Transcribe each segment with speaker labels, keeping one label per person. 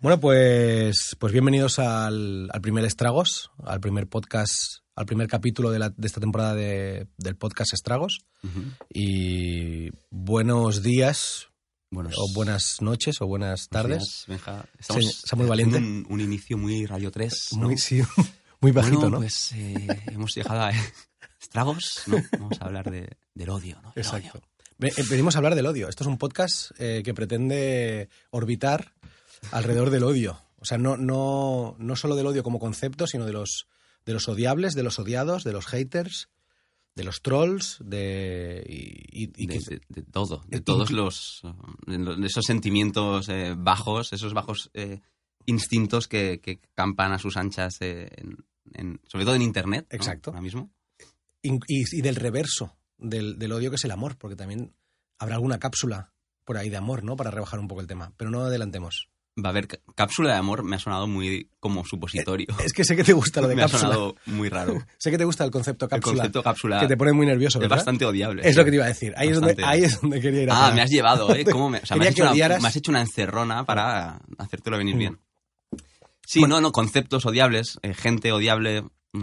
Speaker 1: Bueno, pues, pues bienvenidos al, al primer Estragos, al primer podcast, al primer capítulo de, la- de esta temporada de- del podcast Estragos. Y buenos días,
Speaker 2: Buenos
Speaker 1: o buenas noches, o buenas tardes.
Speaker 2: días, Benja.
Speaker 1: Sí, Samuel Valiente.
Speaker 2: haciendo eh, Un, un inicio muy Radio 3. ¿no?
Speaker 1: Muy, sí, muy bajito,
Speaker 2: bueno,
Speaker 1: ¿no?
Speaker 2: pues eh, hemos llegado a estragos, ¿no? Vamos a hablar de, del odio, ¿no? El
Speaker 1: Exacto.
Speaker 2: odio.
Speaker 1: Ve- eh, Venimos a hablar del odio. Esto es un podcast eh, que pretende orbitar alrededor del odio. O sea, no, no, no solo del odio como concepto, sino de los, de los odiables, de los odiados, de los haters, de los trolls, de... Y, y- y
Speaker 2: De,
Speaker 1: que-
Speaker 2: de- de todo, de
Speaker 1: Eh,
Speaker 2: todos
Speaker 1: inclu-
Speaker 2: los de lo- de esos sentimientos eh, bajos, esos bajos eh, instintos que, que campan a sus anchas, eh, en- en- sobre todo en Internet. ¿no?
Speaker 1: Exacto.
Speaker 2: Ahora mismo.
Speaker 1: in- y, y del reverso del, del odio que es el amor, porque también habrá alguna cápsula por ahí de amor, ¿no? Para rebajar un poco el tema. Pero no adelantemos.
Speaker 2: Va a haber ca- cápsula de amor, me ha sonado muy como supositorio.
Speaker 1: Es que sé que te gusta Eh, lo de
Speaker 2: me ha
Speaker 1: cápsula.
Speaker 2: sonado muy raro.
Speaker 1: Sé que te gusta el concepto
Speaker 2: El
Speaker 1: cápsula,
Speaker 2: concepto cápsula
Speaker 1: que te pone muy nervioso,
Speaker 2: es
Speaker 1: ¿verdad?
Speaker 2: bastante odiable.
Speaker 1: Es lo que
Speaker 2: sí.
Speaker 1: te iba a decir. Ahí, es donde,
Speaker 2: Bastante.
Speaker 1: ahí es donde quería ir. a
Speaker 2: Ah,
Speaker 1: parar.
Speaker 2: me has llevado, ¿eh? ¿Cómo me, o sea, me
Speaker 1: Quería
Speaker 2: has
Speaker 1: que
Speaker 2: hecho una,
Speaker 1: odiaras.
Speaker 2: me has hecho una encerrona para hacértelo venir
Speaker 1: Mm.
Speaker 2: bien. Sí, no, no, conceptos odiables, eh, gente odiable, mm,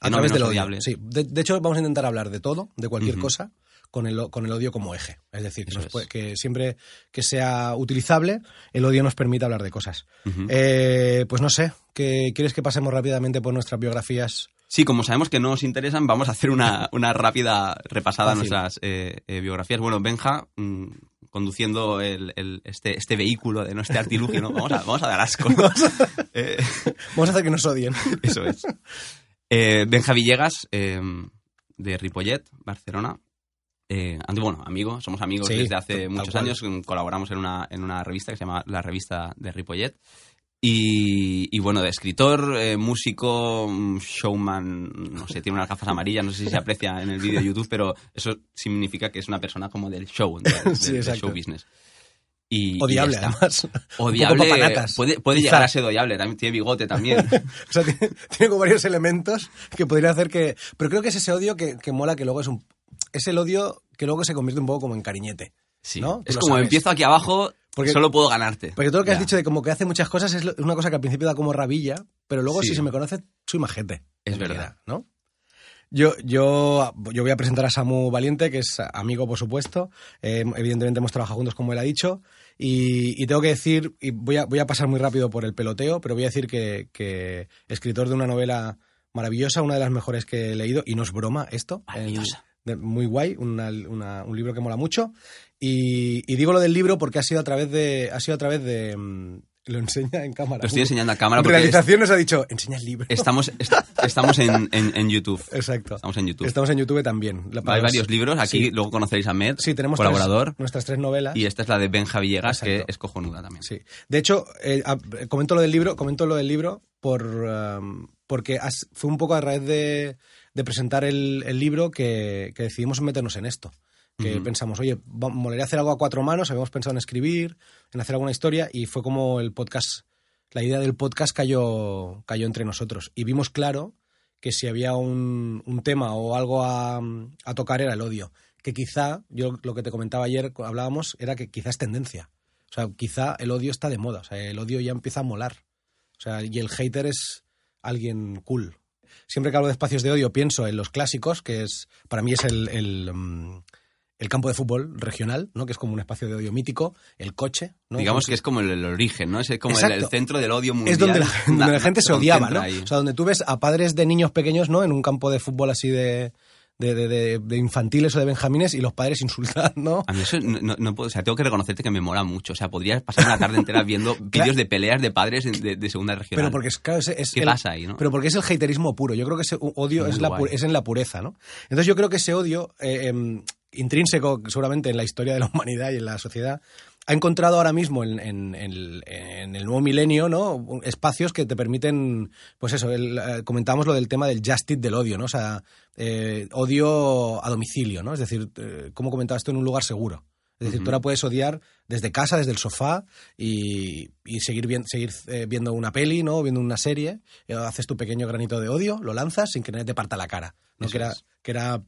Speaker 1: a través
Speaker 2: fenómenos
Speaker 1: del odio.
Speaker 2: odiables.
Speaker 1: Sí. De, de hecho, vamos a intentar hablar de todo, de cualquier
Speaker 2: Ujú.
Speaker 1: cosa, con el, o- con el odio como eje. Es decir, que,
Speaker 2: Eso
Speaker 1: nos
Speaker 2: es.
Speaker 1: puede- que siempre que sea utilizable, el odio nos permite hablar de cosas.
Speaker 2: Ujú.
Speaker 1: Eh, pues no sé, que ¿quieres que pasemos rápidamente por nuestras biografías?
Speaker 2: Sí, como sabemos que no os interesan, vamos a hacer una, una rápida repasada a
Speaker 1: Fácil.
Speaker 2: nuestras eh, eh, biografías. Bueno, Benja, mm, conduciendo el, el- este, este vehículo, de, ¿no? este artilugio, ¿no? Vamos a, vamos a dar asco. ¿no? Eh,
Speaker 1: Vamos a hacer que nos odien.
Speaker 2: Eso es. Eh, Benja Villegas, eh, de Ripollet, Barcelona. Eh, ante- bueno, amigo, somos amigos
Speaker 1: Sí,
Speaker 2: desde
Speaker 1: t-
Speaker 2: hace
Speaker 1: tal
Speaker 2: muchos
Speaker 1: cual.
Speaker 2: años. mm, Colaboramos en una, en una revista que se llama La Revista de Ripollet. Y, y bueno, de escritor, eh, músico, mm, showman, no sé, tiene unas gafas amarillas, no sé si se aprecia en el vídeo de YouTube, pero eso significa que es una persona como del show, de- de-
Speaker 1: Sí,
Speaker 2: del
Speaker 1: exacto.
Speaker 2: show business. Y, y ya
Speaker 1: Odiable,
Speaker 2: está.
Speaker 1: además.
Speaker 2: Odiable.
Speaker 1: papanatas,
Speaker 2: Puede, puede
Speaker 1: quizá.
Speaker 2: llegar a ser odiable, también tiene bigote también.
Speaker 1: O sea, tiene, tiene como varios elementos que podría hacer que... Pero creo que es ese odio que, que mola, que luego es un... Es el odio que luego se convierte un poco como en cariñete.
Speaker 2: Sí.
Speaker 1: ¿no? Tú
Speaker 2: Es
Speaker 1: lo
Speaker 2: como
Speaker 1: sabes.
Speaker 2: empiezo aquí abajo,
Speaker 1: Porque-
Speaker 2: solo puedo ganarte.
Speaker 1: Porque todo lo que has
Speaker 2: Ya.
Speaker 1: dicho de como que hace muchas cosas es lo- una cosa que al principio da como rabilla, pero luego
Speaker 2: Sí.
Speaker 1: si se me conoce, soy majete.
Speaker 2: Es
Speaker 1: en
Speaker 2: verdad.
Speaker 1: realidad, ¿no? Yo, yo, yo voy a presentar a Samu Valiente, que es amigo, por supuesto. Eh, evidentemente hemos trabajado juntos, como él ha dicho. Y, y tengo que decir, y voy a, voy a pasar muy rápido por el peloteo, pero voy a decir que, que escritor de una novela maravillosa, una de las mejores que he leído, y no es broma esto. eh,
Speaker 2: Maravillosa.
Speaker 1: de- muy guay, una- una- un libro que mola mucho. Y, y digo lo del libro porque ha sido a través de. Ha sido a través de. mm, Lo enseña en cámara.
Speaker 2: Lo estoy enseñando a
Speaker 1: En
Speaker 2: cámara porque es-
Speaker 1: realización nos ha dicho, enseña el libro.
Speaker 2: estamos, est- estamos en, en- en YouTube.
Speaker 1: Exacto.
Speaker 2: Estamos en YouTube.
Speaker 1: Estamos en YouTube también. La- para
Speaker 2: Hay
Speaker 1: los-
Speaker 2: varios libros, aquí
Speaker 1: Sí.
Speaker 2: luego conoceréis a Med,
Speaker 1: Sí, tenemos tres-
Speaker 2: colaborador,
Speaker 1: nuestras tres novelas.
Speaker 2: y esta es la de Benja Villegas, que
Speaker 1: Exacto.
Speaker 2: es cojonuda también.
Speaker 1: Sí. De hecho, eh, a- comento lo del libro, comento lo del libro por um, porque as- fue un poco a raíz de, de presentar el, el libro que, que decidimos meternos en esto. Que
Speaker 2: Ujú.
Speaker 1: pensamos, oye, va- molaría hacer algo a cuatro manos, habíamos pensado en escribir, en hacer alguna historia, y fue como el podcast, la idea del podcast cayó, cayó entre nosotros. Y vimos claro que si había un, un tema o algo a, a tocar era el odio. Que quizá, yo lo que te comentaba ayer, cu- hablábamos, era que quizá es tendencia. O sea, quizá el odio está de moda. O sea, el odio ya empieza a molar. O sea, y el hater es alguien cool. Siempre que hablo de espacios de odio pienso en los clásicos, que es para mí es el, el, mm, el campo de fútbol regional, ¿no? que es como un espacio de odio mítico, el coche. ¿no?
Speaker 2: Digamos que es como el, el origen, ¿no? Es como el,
Speaker 1: Exacto.
Speaker 2: el centro del odio mundial.
Speaker 1: es donde la, donde la
Speaker 2: Na-
Speaker 1: gente se
Speaker 2: concentra
Speaker 1: odiaba, ¿no?
Speaker 2: ahí.
Speaker 1: O sea, donde tú ves a padres de niños pequeños, ¿no? En un campo de fútbol así de, de, de- de- de infantiles o de benjamines y los padres insultando.
Speaker 2: A mí eso no, no- no puedo, o sea, tengo que reconocerte que me mola mucho. O sea, podrías pasar una tarde entera viendo vídeos de peleas de padres en- de, de segunda región.
Speaker 1: Pero porque es, claro, es, es
Speaker 2: ¿Qué
Speaker 1: el-
Speaker 2: pasa ahí, no?
Speaker 1: Pero porque es el haterismo puro. Yo creo que ese u- odio
Speaker 2: Muy
Speaker 1: es, la pu-
Speaker 2: guay.
Speaker 1: es en la pureza, ¿no? Entonces yo creo que ese odio, eh, em, intrínseco seguramente en la historia de la humanidad y en la sociedad, ha encontrado ahora mismo en, en- en el- en el nuevo milenio, ¿no? Un- Espacios que te permiten, pues eso, el, eh, comentábamos lo del tema del justice del odio, ¿no? O sea, eh, odio a domicilio, ¿no? Es decir, eh, como comentabas tú, en un lugar seguro. Es decir, tú ahora puedes odiar desde casa, desde el sofá y, y seguir, vien- seguir eh, viendo una peli, ¿no? Viendo una serie. eh, Haces tu pequeño granito de odio, lo lanzas sin que nadie te parta la cara. ¿no?
Speaker 2: Eso
Speaker 1: Que era,
Speaker 2: es.
Speaker 1: que era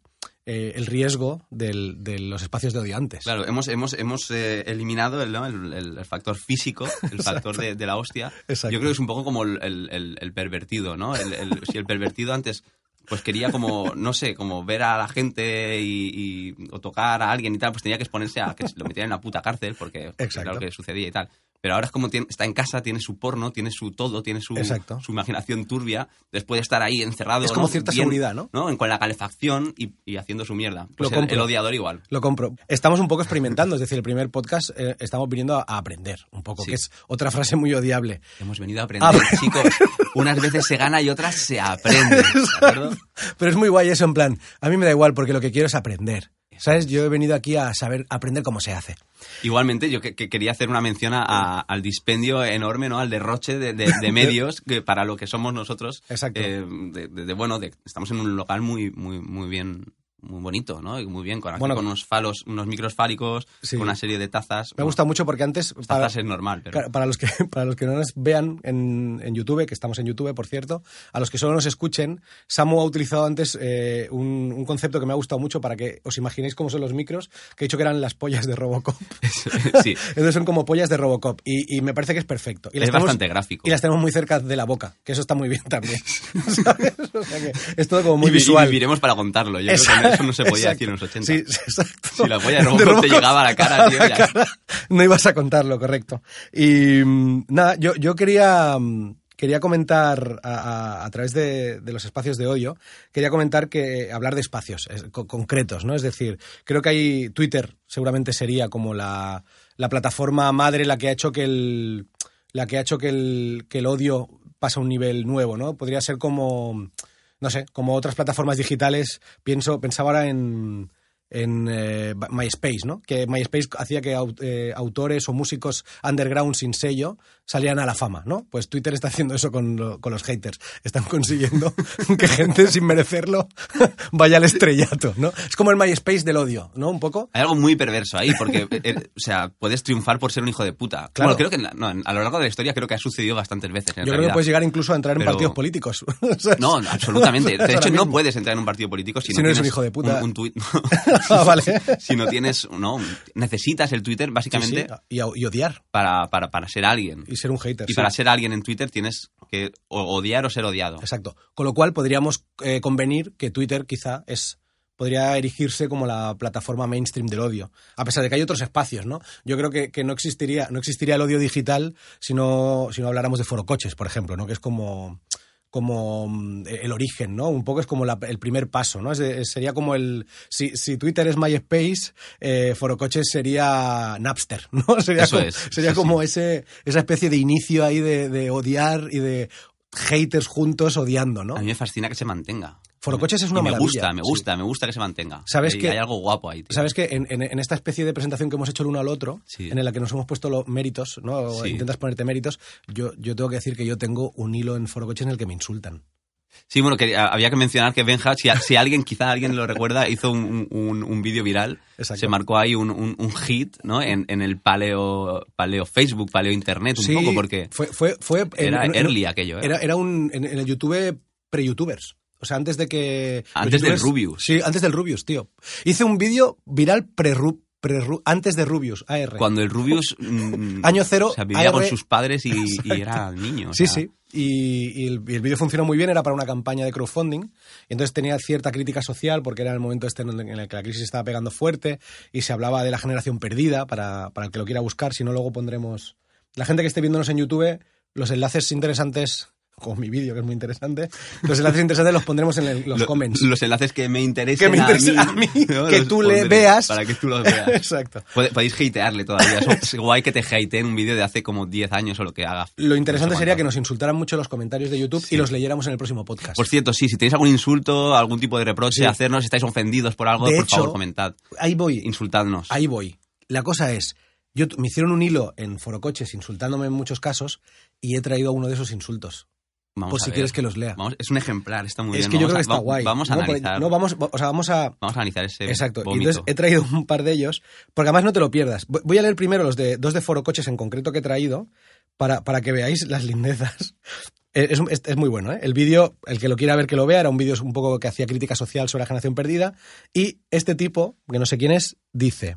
Speaker 1: eh, el riesgo del- de los espacios de odio antes.
Speaker 2: Claro, hemos, hemos, hemos eh, eliminado el, ¿no? el- el- el factor físico, el factor de, de la hostia.
Speaker 1: Exacto.
Speaker 2: Yo creo que es un poco como el, el- el- el pervertido, ¿no? El- el- si el pervertido antes pues quería como, no sé, como ver a la gente y, y- o tocar a alguien y tal, pues tenía que exponerse a que lo metieran en la puta cárcel porque
Speaker 1: Exacto.
Speaker 2: era lo que sucedía y tal. Pero ahora es como tiene- está en casa, tiene su porno, tiene su todo, tiene su,
Speaker 1: Exacto.
Speaker 2: su imaginación turbia, después de estar ahí encerrado.
Speaker 1: Es como
Speaker 2: ¿no?
Speaker 1: cierta
Speaker 2: Bien,
Speaker 1: seguridad, ¿no?
Speaker 2: En- Con la calefacción y, y haciendo su mierda.
Speaker 1: Lo
Speaker 2: Pues el-
Speaker 1: compro.
Speaker 2: el odiador igual.
Speaker 1: Lo compro. Estamos un poco experimentando, es decir, el primer podcast eh, estamos viniendo a, a aprender un poco,
Speaker 2: Sí.
Speaker 1: que es otra frase muy odiable.
Speaker 2: Hemos venido a aprender,
Speaker 1: Ah,
Speaker 2: chicos. Unas veces se gana y otras se aprende. ¿de acuerdo?
Speaker 1: Pero es muy guay eso, en plan, a mí me da igual porque lo que quiero es aprender. ¿Sabes? Yo he venido aquí a saber, aprender cómo se hace.
Speaker 2: Igualmente, yo que, que quería hacer una mención a- a- al dispendio enorme, ¿no? Al derroche de, de- de medios que para lo que somos nosotros.
Speaker 1: Exacto.
Speaker 2: eh, de, de- de, bueno, de- estamos en un local muy, muy, muy bien. Muy bonito, ¿no? Y muy bien, con, aquí
Speaker 1: Bueno.
Speaker 2: con unos falos, unos micros fálicos,
Speaker 1: Sí.
Speaker 2: con una serie de tazas.
Speaker 1: Me ha gustado mucho porque antes... para-
Speaker 2: Tazas es normal, pero.
Speaker 1: Claro, para, los que, para los que no nos vean en, en YouTube, que estamos en YouTube, por cierto, a los que solo nos escuchen, Samu ha utilizado antes eh, un, un concepto que me ha gustado mucho para que os imaginéis cómo son los micros, que he dicho que eran las pollas de Robocop.
Speaker 2: sí,
Speaker 1: Entonces son como pollas de Robocop y, y me parece que es perfecto. Y
Speaker 2: es
Speaker 1: tenemos-
Speaker 2: bastante gráfico.
Speaker 1: Y las tenemos muy cerca de la boca, que eso está muy bien también. ¿sabes? O sea que es todo como muy
Speaker 2: Y vi- y
Speaker 1: visual.
Speaker 2: viviremos para contarlo. Yo
Speaker 1: Exacto,
Speaker 2: creo que eso no se podía
Speaker 1: exacto.
Speaker 2: decir en los 80.
Speaker 1: Sí, exacto.
Speaker 2: Si la polla de Robocop te llegaba a la cara, tío, ya.
Speaker 1: no ibas a contarlo, correcto. Y mm, nada, yo, yo quería, mm, quería comentar a, a- a través de, de los espacios de hoyo, quería comentar que eh, hablar de espacios es- co- concretos, ¿no? Es decir, creo que hay Twitter seguramente sería como la, la plataforma madre la que ha hecho que el la que ha hecho que el, que el odio pasa a un nivel nuevo, ¿no? Podría ser como no sé, como otras plataformas digitales, pienso, pensaba ahora en, en eh, MySpace, ¿no? Que MySpace hacía que au- eh, autores o músicos underground sin sello salían a la fama, ¿no? Pues Twitter está haciendo eso con, lo- con los haters. Están consiguiendo que gente sin merecerlo vaya al estrellato, ¿no? Es como el MySpace del odio, ¿no? Un poco.
Speaker 2: Hay algo muy perverso ahí, porque, eh, eh, o sea, puedes triunfar por ser un hijo de puta.
Speaker 1: Claro.
Speaker 2: Bueno, creo que en la- no, en- a lo largo de la historia creo que ha sucedido bastantes veces.
Speaker 1: Yo
Speaker 2: En
Speaker 1: creo que
Speaker 2: realidad.
Speaker 1: puedes llegar incluso a entrar en
Speaker 2: Pero-
Speaker 1: partidos políticos. ¿sabes?
Speaker 2: No, no, absolutamente. De
Speaker 1: Ahora
Speaker 2: hecho, no
Speaker 1: mismo.
Speaker 2: puedes entrar en un partido político si,
Speaker 1: Si
Speaker 2: no
Speaker 1: no
Speaker 2: tienes
Speaker 1: eres un hijo de puta.
Speaker 2: Un, un tuit.
Speaker 1: Ah, vale.
Speaker 2: si no tienes, no, necesitas el Twitter
Speaker 1: Sí, sí,
Speaker 2: básicamente
Speaker 1: y, a- y odiar,
Speaker 2: Para, para, para ser alguien.
Speaker 1: y ser un hater.
Speaker 2: Y
Speaker 1: sí.
Speaker 2: para ser alguien en Twitter tienes que o- odiar o ser odiado.
Speaker 1: Exacto. Con lo cual podríamos eh, convenir que Twitter quizá es podría erigirse como la plataforma mainstream del odio, a pesar de que hay otros espacios, ¿no? Yo creo que, que no existiría no existiría el odio digital si no, si no habláramos de forocoches, por ejemplo, ¿no? Que es como como mm, el origen, ¿no? Un poco es como la- el primer paso, ¿no? Es de- sería como el... Si, si Twitter es MySpace, eh, Forocoches sería Napster, ¿no? Sería
Speaker 2: Eso
Speaker 1: como,
Speaker 2: es,
Speaker 1: sería
Speaker 2: sí,
Speaker 1: como Ese, esa especie de inicio ahí de, de odiar y de haters juntos odiando, ¿no?
Speaker 2: A mí me fascina que se mantenga.
Speaker 1: Forocoches es una
Speaker 2: Y me
Speaker 1: maravilla,
Speaker 2: gusta, me
Speaker 1: sí.
Speaker 2: gusta, me gusta que se mantenga.
Speaker 1: ¿Sabes
Speaker 2: hay,
Speaker 1: qué?
Speaker 2: hay algo guapo ahí. tío.
Speaker 1: Sabes que en, en- en esta especie de presentación que hemos hecho el uno al otro,
Speaker 2: Sí.
Speaker 1: en la que nos hemos puesto los méritos, ¿no? O
Speaker 2: Sí.
Speaker 1: Intentas ponerte méritos, yo, yo tengo que decir que yo tengo un hilo en Forocoches en el que me insultan.
Speaker 2: Sí, bueno, que, a- había que mencionar que Ben Hatch, si, a- si alguien, quizá alguien lo recuerda, hizo un, un- un vídeo viral.
Speaker 1: Exacto.
Speaker 2: Se marcó ahí un, un- un hit, ¿no? En, en el paleo, paleo Facebook, paleo Internet, un
Speaker 1: Sí,
Speaker 2: poco, porque
Speaker 1: fue, fue, fue en-
Speaker 2: era
Speaker 1: en- en-
Speaker 2: early aquello, ¿eh?
Speaker 1: Era, era un, en, en el YouTube pre-youtubers. O sea, antes de que... los
Speaker 2: Antes del
Speaker 1: youtubers-
Speaker 2: Rubius.
Speaker 1: Sí, antes del Rubius, tío. Hice un vídeo viral pre-Ru- pre-Ru- antes de Rubius, AR.
Speaker 2: Cuando el Rubius. mm,
Speaker 1: Año cero,
Speaker 2: o sea, vivía con
Speaker 1: AR.
Speaker 2: sus padres y, y era niño. o
Speaker 1: Sí,
Speaker 2: sea,
Speaker 1: sí. Y, y el, y el vídeo funcionó muy bien, era para una campaña de crowdfunding. Y entonces tenía cierta crítica social, porque era el momento este en el, en el que la crisis estaba pegando fuerte y se hablaba de la generación perdida, para, para el que lo quiera buscar. Si no, luego pondremos. La gente que esté viéndonos en YouTube, los enlaces interesantes con mi vídeo, que es muy interesante. Los enlaces interesantes los pondremos en el- los
Speaker 2: Lo-
Speaker 1: comments.
Speaker 2: Los enlaces que me interesen,
Speaker 1: Que me interesen a mí,
Speaker 2: ¿no?
Speaker 1: que
Speaker 2: Los
Speaker 1: tú le
Speaker 2: pondré
Speaker 1: veas.
Speaker 2: Para que tú los veas.
Speaker 1: Exacto.
Speaker 2: Pod- Podéis hatearle todavía. Eso Es guay que te hateen un vídeo de hace como 10 años o lo que haga.
Speaker 1: Lo interesante
Speaker 2: No sé
Speaker 1: sería que
Speaker 2: cuánto.
Speaker 1: nos insultaran mucho los comentarios de YouTube y los leyéramos en el próximo podcast.
Speaker 2: Por cierto, sí, si tenéis algún insulto, algún tipo de reproche,
Speaker 1: Sí.
Speaker 2: hacernos, si estáis ofendidos por algo,
Speaker 1: De
Speaker 2: por
Speaker 1: hecho-
Speaker 2: favor, comentad.
Speaker 1: Ahí voy.
Speaker 2: Insultadnos.
Speaker 1: Ahí voy. La cosa es, yo me hicieron un hilo en Forocoches insultándome en muchos casos y he traído uno de esos insultos.
Speaker 2: Vamos
Speaker 1: por
Speaker 2: a
Speaker 1: si
Speaker 2: ver.
Speaker 1: quieres que los lea.
Speaker 2: Vamos- es un ejemplar, está muy
Speaker 1: es
Speaker 2: bien.
Speaker 1: que yo
Speaker 2: Vamos
Speaker 1: creo
Speaker 2: a-
Speaker 1: que está
Speaker 2: va-
Speaker 1: guay.
Speaker 2: Vamos a
Speaker 1: no, por-
Speaker 2: analizar.
Speaker 1: no, vamos, o sea, vamos a
Speaker 2: Vamos a analizar ese.
Speaker 1: Exacto. Y
Speaker 2: vómito.
Speaker 1: entonces eh, he traído un par de ellos, porque además no te lo pierdas. Voy- Voy a leer primero los de dos de Foro Coches en concreto que he traído para, para que veáis las lindezas. Eh, Es, un- es- es muy bueno, ¿eh? El vídeo, el que lo quiera ver que lo vea, era un vídeo un poco que hacía crítica social sobre la generación perdida. Y este tipo, que no sé quién es, dice...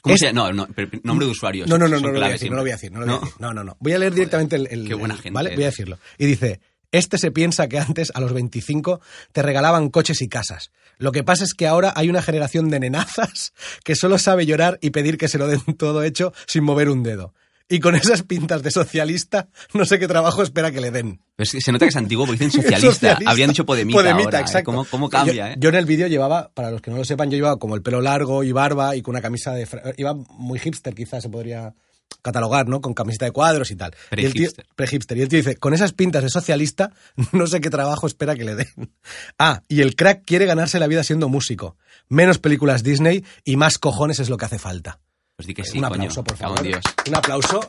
Speaker 2: ¿Cómo
Speaker 1: es-
Speaker 2: se llama? No, no, pero- nombre de usuario.
Speaker 1: No, no, no,
Speaker 2: son
Speaker 1: no, lo voy a
Speaker 2: claves
Speaker 1: decir, no
Speaker 2: siempre.
Speaker 1: lo voy a decir, no lo voy a
Speaker 2: No.
Speaker 1: decir. No, no, no. Voy a leer directamente el... el-
Speaker 2: qué buena
Speaker 1: el-
Speaker 2: gente
Speaker 1: ¿Vale?
Speaker 2: eres.
Speaker 1: Voy a decirlo. Y dice, este se piensa que antes, a los 25, te regalaban coches y casas. Lo que pasa es que ahora hay una generación de nenazas que solo sabe llorar y pedir que se lo den todo hecho sin mover un dedo. Y con esas pintas de socialista, no sé qué trabajo espera que le den.
Speaker 2: Pero es que se nota que es antiguo porque dicen socialista.
Speaker 1: Socialista.
Speaker 2: Habrían dicho podemita. ahora, ¿eh?
Speaker 1: exacto.
Speaker 2: ¿Cómo, cómo cambia,
Speaker 1: yo,
Speaker 2: eh?
Speaker 1: yo en el vídeo llevaba, para los que no lo sepan, yo llevaba como el pelo largo y barba y con una camisa de... fra- Iba muy hipster, quizás se podría catalogar, ¿no? Con camiseta de cuadros y tal. Y el tío-
Speaker 2: Pre-hipster.
Speaker 1: pre-hipster. Y el tío dice, con esas pintas de socialista, no sé qué trabajo espera que le den. Ah, y el crack quiere ganarse la vida siendo músico. Menos películas Disney y más cojones es lo que hace falta.
Speaker 2: Pues di que sí,
Speaker 1: un
Speaker 2: coño.
Speaker 1: aplauso, por
Speaker 2: cago
Speaker 1: favor.
Speaker 2: en Dios.
Speaker 1: Un aplauso.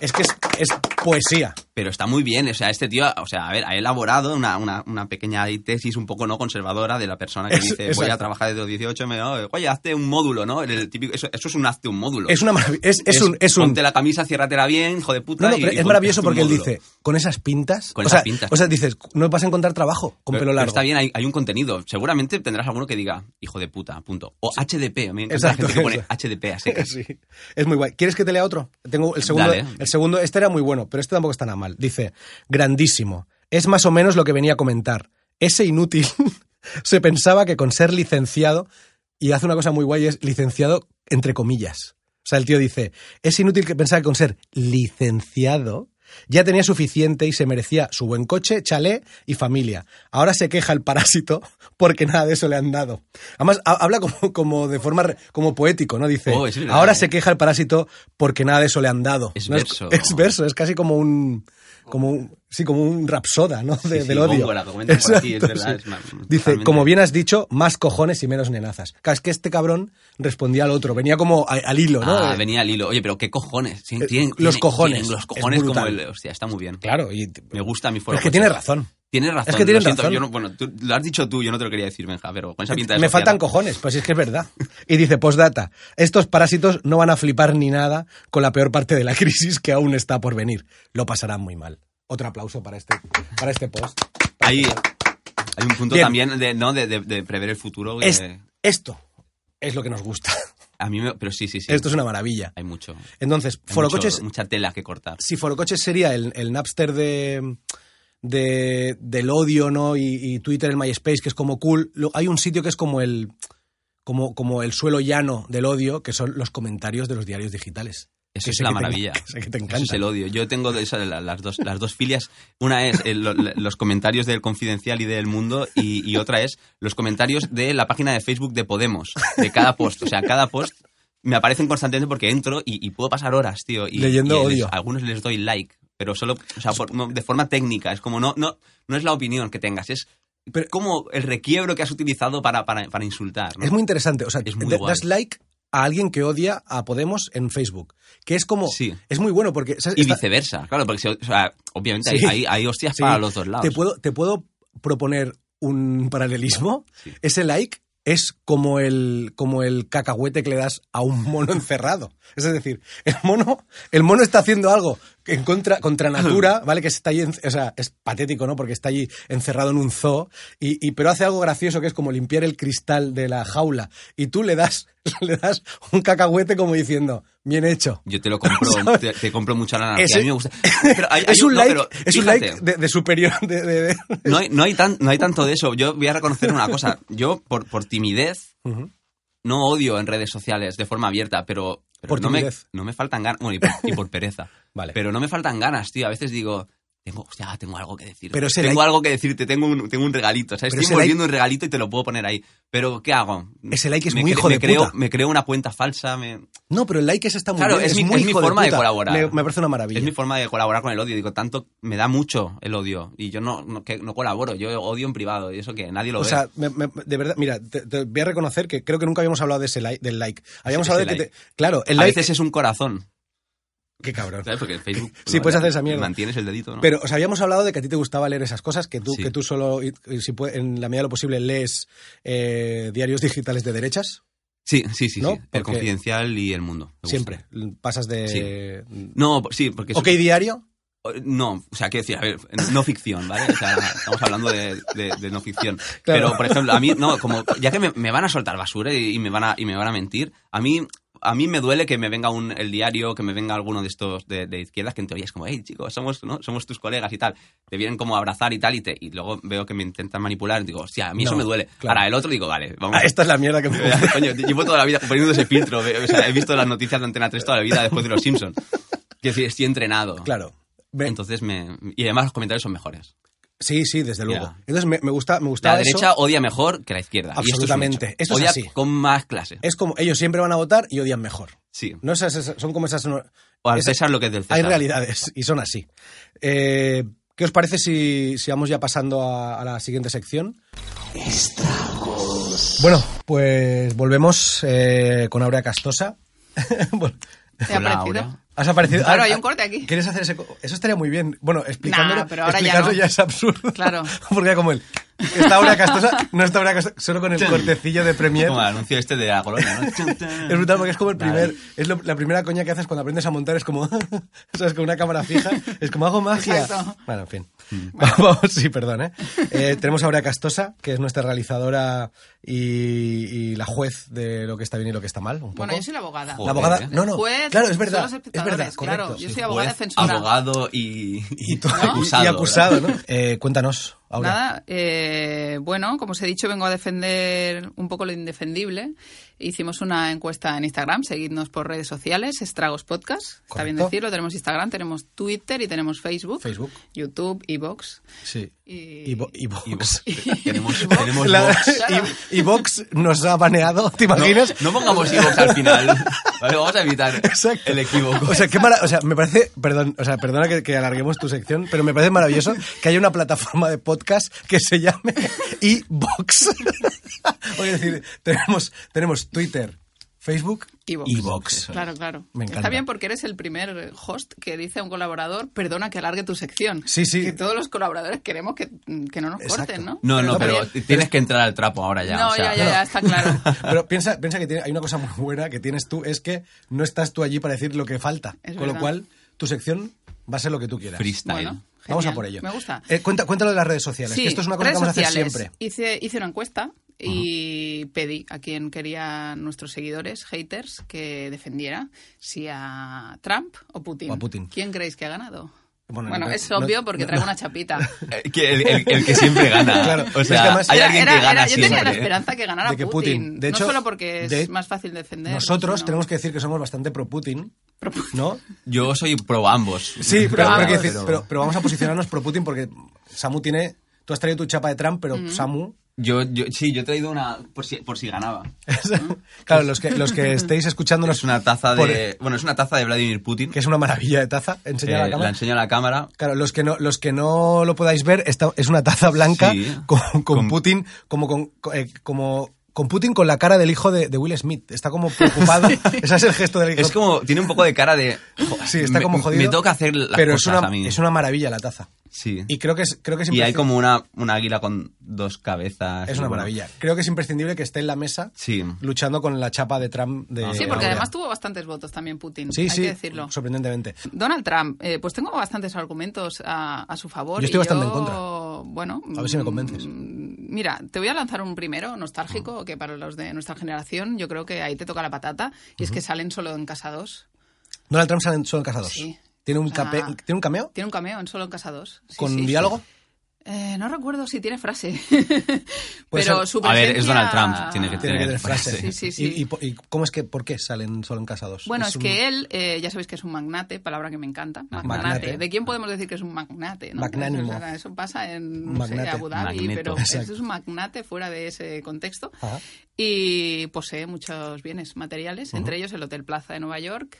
Speaker 1: Es que es, es poesía.
Speaker 2: Pero está muy bien, o sea, este tío, o sea, a ver, ha elaborado una, una, una pequeña tesis un poco no conservadora de la persona que
Speaker 1: Es-
Speaker 2: dice, voy
Speaker 1: exacto.
Speaker 2: a trabajar desde los 18, me digo, oye, hazte un módulo, ¿no? El típico, eso, eso es un hazte un módulo.
Speaker 1: Es una marav- Es, es un... Es un
Speaker 2: Ponte la camisa, ciérratela bien, hijo de puta.
Speaker 1: No, no,
Speaker 2: y-
Speaker 1: pero
Speaker 2: y
Speaker 1: es
Speaker 2: ponte-
Speaker 1: maravilloso
Speaker 2: hazte un
Speaker 1: porque él
Speaker 2: módulo.
Speaker 1: dice, con esas pintas.
Speaker 2: Con
Speaker 1: o
Speaker 2: esas
Speaker 1: sea,
Speaker 2: pintas.
Speaker 1: O sea, dices, no vas a encontrar trabajo con
Speaker 2: Pero-
Speaker 1: pelo
Speaker 2: pero
Speaker 1: largo.
Speaker 2: está bien, hay, hay un contenido. Seguramente tendrás alguno que diga, hijo de puta, punto. O HDP, a mí me
Speaker 1: Exacto,
Speaker 2: encanta la gente que pone
Speaker 1: eso.
Speaker 2: HDP a secas.
Speaker 1: Sí. Es muy guay. ¿Quieres que te lea otro? Tengo el segundo.
Speaker 2: Dale.
Speaker 1: El segundo, este era muy bueno, pero este tampoco está nada mal. Dice, grandísimo. Es más o menos lo que venía a comentar. Ese inútil se pensaba que con ser licenciado, y hace una cosa muy guay, es licenciado entre comillas. O sea, el tío dice, es inútil que pensaba que con ser licenciado ya tenía suficiente y se merecía su buen coche, chalet y familia. Ahora se queja el parásito porque nada de eso le han dado. Además, ha- habla como, como de forma re- como poético, ¿no? Dice,
Speaker 2: Oh, es verdad,
Speaker 1: ahora
Speaker 2: eh.
Speaker 1: se queja el parásito porque nada de eso le han dado.
Speaker 2: Es
Speaker 1: ¿No?
Speaker 2: verso.
Speaker 1: Es, verso, es casi como un como un- sí, como un rapsoda, ¿no? De-
Speaker 2: Sí,
Speaker 1: del
Speaker 2: sí,
Speaker 1: odio.
Speaker 2: Góngora, que comentan por aquí, es
Speaker 1: Exacto,
Speaker 2: verdad,
Speaker 1: sí.
Speaker 2: es ma-
Speaker 1: Dice,
Speaker 2: totalmente.
Speaker 1: como bien has dicho, más cojones y menos nenazas. Claro, es que este cabrón respondía al otro, venía como a- al hilo, ¿no?
Speaker 2: Ah,
Speaker 1: Eh,
Speaker 2: venía al hilo. Oye, pero qué cojones. Sí,
Speaker 1: Eh,
Speaker 2: tienen-
Speaker 1: los
Speaker 2: tienen-
Speaker 1: cojones.
Speaker 2: tienen los
Speaker 1: Es
Speaker 2: cojones como
Speaker 1: brutal.
Speaker 2: el. Hostia, está muy bien.
Speaker 1: Claro, y
Speaker 2: Me gusta mi
Speaker 1: pero
Speaker 2: forma.
Speaker 1: es que tiene razón.
Speaker 2: Tienes razón.
Speaker 1: Es que tienes
Speaker 2: lo siento,
Speaker 1: razón.
Speaker 2: yo no- bueno, tú lo has dicho tú, yo no te lo quería decir, Benja, pero con esa pinta de
Speaker 1: Me
Speaker 2: social-
Speaker 1: faltan cojones, pues es que es verdad. Y dice, postdata, estos parásitos no van a flipar ni nada con la peor parte de la crisis que aún está por venir. Lo pasarán muy mal. Otro aplauso para este, para este post. Para
Speaker 2: Ahí
Speaker 1: este post.
Speaker 2: hay un punto
Speaker 1: Bien.
Speaker 2: también de, ¿no? de, de- de prever el futuro. que-
Speaker 1: Es- esto es lo que nos gusta.
Speaker 2: a mí me- Pero sí, sí, sí.
Speaker 1: Esto es una maravilla.
Speaker 2: Hay mucho. hay
Speaker 1: Entonces,
Speaker 2: mucho-
Speaker 1: Forocoches,
Speaker 2: Mucha tela que cortar.
Speaker 1: si Forocoches sería el, el Napster de, de- del odio, ¿no? Y, y Twitter, el MySpace, que es como cool. Lo- hay un sitio que es como el, como, como el suelo llano del odio, que son los comentarios de los diarios digitales.
Speaker 2: Eso
Speaker 1: Que
Speaker 2: es
Speaker 1: sé
Speaker 2: la
Speaker 1: que te-
Speaker 2: maravilla.
Speaker 1: que sé que te
Speaker 2: Eso
Speaker 1: encanta.
Speaker 2: es el odio. Yo tengo de esa- la- las, dos, las dos filias. Una es el- lo- la- los comentarios del Confidencial y del Mundo y, y otra es los comentarios de la página de Facebook de Podemos, de cada post. O sea, cada post me aparecen constantemente porque entro y, y puedo pasar horas, tío. Y,
Speaker 1: Leyendo
Speaker 2: y les-
Speaker 1: odio.
Speaker 2: a algunos les doy like, pero solo, o sea, por- no, de forma técnica. Es como, no, no, no es la opinión que tengas, es
Speaker 1: Pero-
Speaker 2: como el requiebro que has utilizado para, para, para insultar. ¿no?
Speaker 1: Es muy interesante. O sea,
Speaker 2: Es muy
Speaker 1: da-
Speaker 2: guay.
Speaker 1: das like a alguien que odia a Podemos en Facebook. Que es como.
Speaker 2: Sí.
Speaker 1: Es muy bueno porque. ¿sabes?
Speaker 2: y
Speaker 1: Está-
Speaker 2: viceversa, claro, porque se- o sea, obviamente
Speaker 1: Sí.
Speaker 2: hay, hay, hay hostias
Speaker 1: Sí.
Speaker 2: para los dos lados.
Speaker 1: Te puedo, te puedo proponer un paralelismo.
Speaker 2: Sí.
Speaker 1: Ese like es como el, como el cacahuete que le das a un mono encerrado. Es decir, el mono, el mono está haciendo algo en contra, contra natura, ¿vale? Que está allí, en- o sea, es patético, ¿no? Porque está allí encerrado en un zoo, y, y- pero hace algo gracioso que es como limpiar el cristal de la jaula. Y tú le das, le das un cacahuete como diciendo, bien hecho.
Speaker 2: Yo te lo compro,
Speaker 1: ¿Sabes?
Speaker 2: te, te compro mucha lana.
Speaker 1: Ese-
Speaker 2: A mí me gusta. Pero hay- hay
Speaker 1: es un
Speaker 2: no,
Speaker 1: like,
Speaker 2: pero
Speaker 1: es un
Speaker 2: fíjate,
Speaker 1: like de, de superior, de- de- de-
Speaker 2: No hay, no, hay tan- no hay tanto de eso. Yo voy a reconocer una cosa. Yo, por, por timidez,
Speaker 1: Ujú.
Speaker 2: no odio en redes sociales de forma abierta, pero, pero
Speaker 1: Por
Speaker 2: no, me,
Speaker 1: timidez.
Speaker 2: no me faltan ganas. Bueno, y por, y por pereza.
Speaker 1: Vale.
Speaker 2: Pero no me faltan ganas, tío. A veces digo, Tengo, hostia, tengo algo que decirte.
Speaker 1: Pero será-
Speaker 2: tengo algo que decirte, tengo un, tengo un regalito. ¿sabes?
Speaker 1: Pero
Speaker 2: Estoy
Speaker 1: será-
Speaker 2: envolviendo un regalito y te lo puedo poner ahí. Pero, ¿qué hago?
Speaker 1: Ese like es
Speaker 2: Me
Speaker 1: muy
Speaker 2: cre-
Speaker 1: hijo
Speaker 2: me
Speaker 1: de
Speaker 2: creo,
Speaker 1: puta.
Speaker 2: Me creo una cuenta falsa. me-
Speaker 1: No, pero el like ese está muy
Speaker 2: Claro,
Speaker 1: bien,
Speaker 2: es mi-
Speaker 1: muy
Speaker 2: es mi
Speaker 1: hijo
Speaker 2: forma de
Speaker 1: puta.
Speaker 2: colaborar.
Speaker 1: Me, me parece una maravilla.
Speaker 2: Es mi forma de colaborar con el odio. Digo, tanto me da mucho el odio. Y yo no, no, que, no colaboro, yo odio en privado. Y eso que nadie lo
Speaker 1: O
Speaker 2: ve.
Speaker 1: sea, me- me- de verdad, mira, te, te voy a reconocer que creo que nunca habíamos hablado de ese like, del like. Habíamos
Speaker 2: Ese-
Speaker 1: hablado
Speaker 2: ese
Speaker 1: de que te- claro, el
Speaker 2: a
Speaker 1: like,
Speaker 2: veces es un corazón.
Speaker 1: qué cabrón.
Speaker 2: ¿Sabes? Porque en Facebook.
Speaker 1: Sí,
Speaker 2: no,
Speaker 1: puedes
Speaker 2: ya
Speaker 1: hacer esa mierda.
Speaker 2: Mantienes el dedito, ¿no?
Speaker 1: Pero os habíamos hablado de que a ti te gustaba leer esas cosas, que tú,
Speaker 2: Sí.
Speaker 1: que tú solo, y- y si puede- en la medida de lo posible, lees eh, diarios digitales de derechas.
Speaker 2: sí, sí, sí.
Speaker 1: ¿no?
Speaker 2: sí. El
Speaker 1: Porque-
Speaker 2: confidencial y el mundo. me gusta.
Speaker 1: Siempre. Pasas de. Mm,
Speaker 2: No, sí, porque. es-
Speaker 1: Ok, diario.
Speaker 2: Eh, No, o sea, quiero decir, a ver, no ficción, ¿vale? O sea, estamos hablando de, de- de no ficción.
Speaker 1: Claro.
Speaker 2: Pero, por ejemplo, a mí, no, como, ya que me, me van a soltar basura y, y me van a, y me van a mentir, a mí, a mí me duele que me venga un, el diario, que me venga alguno de estos de, de izquierdas, que en teoría es como, hey, chicos, somos, ¿no? somos tus colegas y tal. Te vienen como a abrazar y tal, y, te, y luego veo que me intentan manipular, digo, hostia, a mí eso
Speaker 1: No,
Speaker 2: me duele.
Speaker 1: claro.
Speaker 2: Ahora, el otro digo, vale, vamos.
Speaker 1: Ah, esta es la mierda que me gusta.
Speaker 2: Coño, llevo toda la vida poniendo ese filtro. O sea, he visto las noticias de Antena 3 toda la vida después de Los Simpsons. Quiero decir, estoy entrenado.
Speaker 1: Claro. Ve-
Speaker 2: Entonces me... Y además los comentarios son mejores.
Speaker 1: sí, sí, desde luego.
Speaker 2: Ya.
Speaker 1: Entonces me, me gusta, me
Speaker 2: La
Speaker 1: gustaba eso.
Speaker 2: derecha odia mejor que la izquierda. Y esto es un
Speaker 1: Absolutamente.
Speaker 2: hecho.
Speaker 1: Esto es
Speaker 2: odia
Speaker 1: así.
Speaker 2: con más clase.
Speaker 1: Es como ellos siempre van a votar y odian mejor.
Speaker 2: Sí.
Speaker 1: No esas, esas- son como esas. no-
Speaker 2: O al
Speaker 1: Esa-
Speaker 2: César lo que es del César.
Speaker 1: Hay realidades y son así. Eh, ¿Qué os parece si, si vamos ya pasando a, a la siguiente sección? Bueno, pues volvemos eh, con Aurea Castosa. Vol-
Speaker 3: ¿Te ha
Speaker 2: Hola,
Speaker 3: parecido?
Speaker 2: Aurea.
Speaker 1: Has aparecido.
Speaker 3: Claro,
Speaker 1: ah,
Speaker 3: hay un corte aquí.
Speaker 1: ¿Quieres hacer ese.? co- Eso estaría muy bien. Bueno, explicándolo,
Speaker 3: Nah, pero ahora ya
Speaker 1: explicarlo
Speaker 3: no.
Speaker 1: ya, es absurdo.
Speaker 3: Claro.
Speaker 1: Porque era como él. Está Aurea Castosa, no está Aurea Castosa, solo con el cortecillo de Premiere.
Speaker 2: Como el anuncio este de la colonia, ¿no?
Speaker 1: Es brutal porque es como el
Speaker 2: Vale.
Speaker 1: primer, es lo- la primera coña que haces cuando aprendes a montar, es como, sabes, con una cámara fija, es como hago magia.
Speaker 3: Exacto.
Speaker 1: Bueno, en fin. Vamos, sí, perdón, ¿eh? Eh, Tenemos a Aurea Castosa, que es nuestra realizadora y, y la juez de lo que está bien y lo que está mal, un poco.
Speaker 3: Bueno, yo soy la abogada.
Speaker 1: La
Speaker 2: Joder.
Speaker 1: abogada,
Speaker 2: ¿eh?
Speaker 1: no, no,
Speaker 3: Juez,
Speaker 1: claro, es
Speaker 3: son
Speaker 1: verdad,
Speaker 3: los
Speaker 1: es verdad,
Speaker 3: espectadores,
Speaker 1: correcto.
Speaker 3: claro, yo
Speaker 1: sí.
Speaker 3: soy abogada
Speaker 2: Juez,
Speaker 3: defensora.
Speaker 2: abogado y,
Speaker 1: y, tú-
Speaker 3: ¿no?
Speaker 1: y- y
Speaker 2: acusado.
Speaker 1: acusado, ¿no? Eh, cuéntanos, Aurea.
Speaker 3: Nada, eh, bueno, como os he dicho, vengo a defender un poco lo indefendible. Hicimos una encuesta en Instagram, seguidnos por redes sociales, Estragos Podcast, está bien
Speaker 1: Correcto.
Speaker 3: decirlo, tenemos Instagram, tenemos Twitter y tenemos Facebook,
Speaker 1: Facebook.
Speaker 3: YouTube, Evox.
Speaker 1: Sí.
Speaker 3: Y-
Speaker 1: Y, bo- y Vox.
Speaker 2: Y vos- tenemos,
Speaker 3: vos-
Speaker 2: tenemos
Speaker 1: La-
Speaker 2: vos.
Speaker 3: Claro.
Speaker 1: y, y Vox nos ha baneado, ¿te imaginas?
Speaker 2: No, no pongamos Evox al final. Vale, vamos a evitar
Speaker 1: Exacto.
Speaker 2: el equívoco.
Speaker 1: O sea, qué mara- o sea, me parece, perdón, o sea, perdona que, que alarguemos tu sección, pero me parece maravilloso que haya una plataforma de podcast que se llame iBox. Oye, es decir, tenemos, tenemos Twitter, Facebook
Speaker 3: Evox.
Speaker 1: y Vox.
Speaker 3: Claro, claro.
Speaker 1: Me encanta.
Speaker 3: Está bien porque eres el primer host que dice a un colaborador, perdona que alargue tu sección.
Speaker 1: Sí, sí.
Speaker 3: Que todos los colaboradores queremos que, que no nos
Speaker 1: Exacto.
Speaker 3: corten, ¿no?
Speaker 2: No, no,
Speaker 1: No,
Speaker 2: pero
Speaker 1: pero-
Speaker 2: tienes que entrar al trapo ahora ya.
Speaker 3: No,
Speaker 2: o sea,
Speaker 3: ya, ya, ya, está claro.
Speaker 1: Pero piensa, piensa que tiene- hay una cosa muy buena que tienes tú, es que no estás tú allí para decir lo que falta.
Speaker 3: Es
Speaker 1: con lo
Speaker 3: verdad.
Speaker 1: cual, tu sección va a ser lo que tú quieras.
Speaker 2: Freestyle.
Speaker 3: Bueno,
Speaker 1: Vamos a
Speaker 3: genial.
Speaker 1: por ello.
Speaker 3: Me gusta.
Speaker 1: Eh, cuenta, cuéntalo de las redes sociales, que esto es una cosa que
Speaker 3: redes
Speaker 1: vamos a hacer
Speaker 3: sociales.
Speaker 1: siempre.
Speaker 3: Hice, hice una encuesta y pedí a quien querían nuestros seguidores, haters, que defendiera si a Trump o Putin.
Speaker 1: O a Putin.
Speaker 3: ¿Quién creéis que ha ganado?
Speaker 1: Bueno,
Speaker 3: Bueno,
Speaker 1: no-
Speaker 3: es
Speaker 1: no-
Speaker 3: obvio porque
Speaker 1: no-
Speaker 3: traigo
Speaker 1: no.
Speaker 3: una chapita.
Speaker 2: Eh, que el, el- el que siempre gana.
Speaker 1: Claro,
Speaker 2: O
Speaker 1: es que
Speaker 2: sea,
Speaker 1: además-
Speaker 2: hay
Speaker 3: Era-
Speaker 2: alguien
Speaker 3: era-
Speaker 2: que gana
Speaker 3: era- yo tenía la
Speaker 2: siempre.
Speaker 3: esperanza que ganara
Speaker 1: De que Putin. De
Speaker 3: no
Speaker 1: hecho,
Speaker 3: solo porque es
Speaker 1: de-
Speaker 3: más fácil defender.
Speaker 1: Nosotros
Speaker 3: sino-
Speaker 1: tenemos que decir que somos bastante pro-Putin,
Speaker 3: Pero-
Speaker 1: ¿no?
Speaker 2: Yo soy pro ambos.
Speaker 1: Sí, pero, pero,
Speaker 3: vamos.
Speaker 1: quiero decir, pero- pero vamos a posicionarnos pro-Putin porque Samu tiene... Tú has traído tu chapa de Trump, pero Samu...
Speaker 2: Yo, yo, sí, yo he traído una por si, por si ganaba.
Speaker 1: claro, los que, los que estéis escuchándonos...
Speaker 2: Es una taza
Speaker 1: por-
Speaker 2: de. Bueno, es una taza de Vladimir Putin.
Speaker 1: que es una maravilla de taza. Enseña
Speaker 2: Eh,
Speaker 1: la cámara.
Speaker 2: enseño a la cámara.
Speaker 1: Claro, los que no, los que no lo podáis ver, esta, es una taza blanca
Speaker 2: Sí.
Speaker 1: con, con
Speaker 2: Con-
Speaker 1: Putin, como con, co- eh, como con Putin con la cara del hijo de, de Will Smith. Está como preocupado. Ese es el gesto del hijo.
Speaker 2: Es como. Tiene un poco de cara de. jo,
Speaker 1: sí, está
Speaker 2: me-
Speaker 1: como jodido.
Speaker 2: Me toca hacer las
Speaker 1: pero
Speaker 2: cosas
Speaker 1: es una,
Speaker 2: a mí.
Speaker 1: es una maravilla la taza.
Speaker 2: Sí.
Speaker 1: Y creo que es, creo que es
Speaker 2: Y hay
Speaker 1: imprescindible-
Speaker 2: como una, una águila con dos cabezas.
Speaker 1: es
Speaker 2: y
Speaker 1: una
Speaker 2: bueno.
Speaker 1: maravilla. Creo que es imprescindible que esté en la mesa
Speaker 2: Sí.
Speaker 1: luchando con la chapa de Trump de
Speaker 3: Sí, porque
Speaker 1: Aurea.
Speaker 3: además tuvo bastantes votos también Putin.
Speaker 1: Sí,
Speaker 3: hay
Speaker 1: sí,
Speaker 3: que decirlo.
Speaker 1: sorprendentemente.
Speaker 3: Donald Trump, eh, pues tengo bastantes argumentos a, a su favor.
Speaker 1: Yo estoy
Speaker 3: y
Speaker 1: bastante
Speaker 3: yo,
Speaker 1: en contra.
Speaker 3: Bueno,
Speaker 1: A ver si me
Speaker 3: mm,
Speaker 1: convences.
Speaker 3: Mira, te voy a lanzar un primero nostálgico que para los de nuestra generación yo creo que ahí te toca la patata y es que salen solo en Casa 2.
Speaker 1: Donald Trump sale en- solo en Casa dos.
Speaker 3: Sí.
Speaker 1: ¿Tiene, un
Speaker 3: O sea,
Speaker 1: cape- ¿Tiene un cameo?
Speaker 3: Tiene un cameo en solo en Casa 2. Sí,
Speaker 1: ¿Con
Speaker 3: sí, sí.
Speaker 1: diálogo?
Speaker 3: Eh, no recuerdo si tiene frase.
Speaker 1: Pues
Speaker 3: Pero
Speaker 1: al-
Speaker 3: su
Speaker 2: A ver, es
Speaker 3: presencia-
Speaker 2: Donald Trump, tiene que
Speaker 1: Tiene que tener frase.
Speaker 3: Sí, sí, sí.
Speaker 1: ¿Y, y po- y cómo es que, por qué salen solo en casados?
Speaker 3: Bueno, es,
Speaker 1: un
Speaker 3: que él, eh, ya sabéis que es un magnate, palabra que me encanta. Magnate.
Speaker 1: Magnate.
Speaker 3: ¿De quién podemos decir que es un magnate? no?
Speaker 1: Magnánimo.
Speaker 3: Eso, eso pasa en no sé,
Speaker 1: Magnate.
Speaker 3: Abu Dhabi,
Speaker 2: Magneto.
Speaker 3: pero
Speaker 1: Exacto.
Speaker 3: es un magnate fuera de ese contexto.
Speaker 1: Ajá.
Speaker 3: Y posee muchos bienes materiales, entre ellos el Hotel Plaza de Nueva York.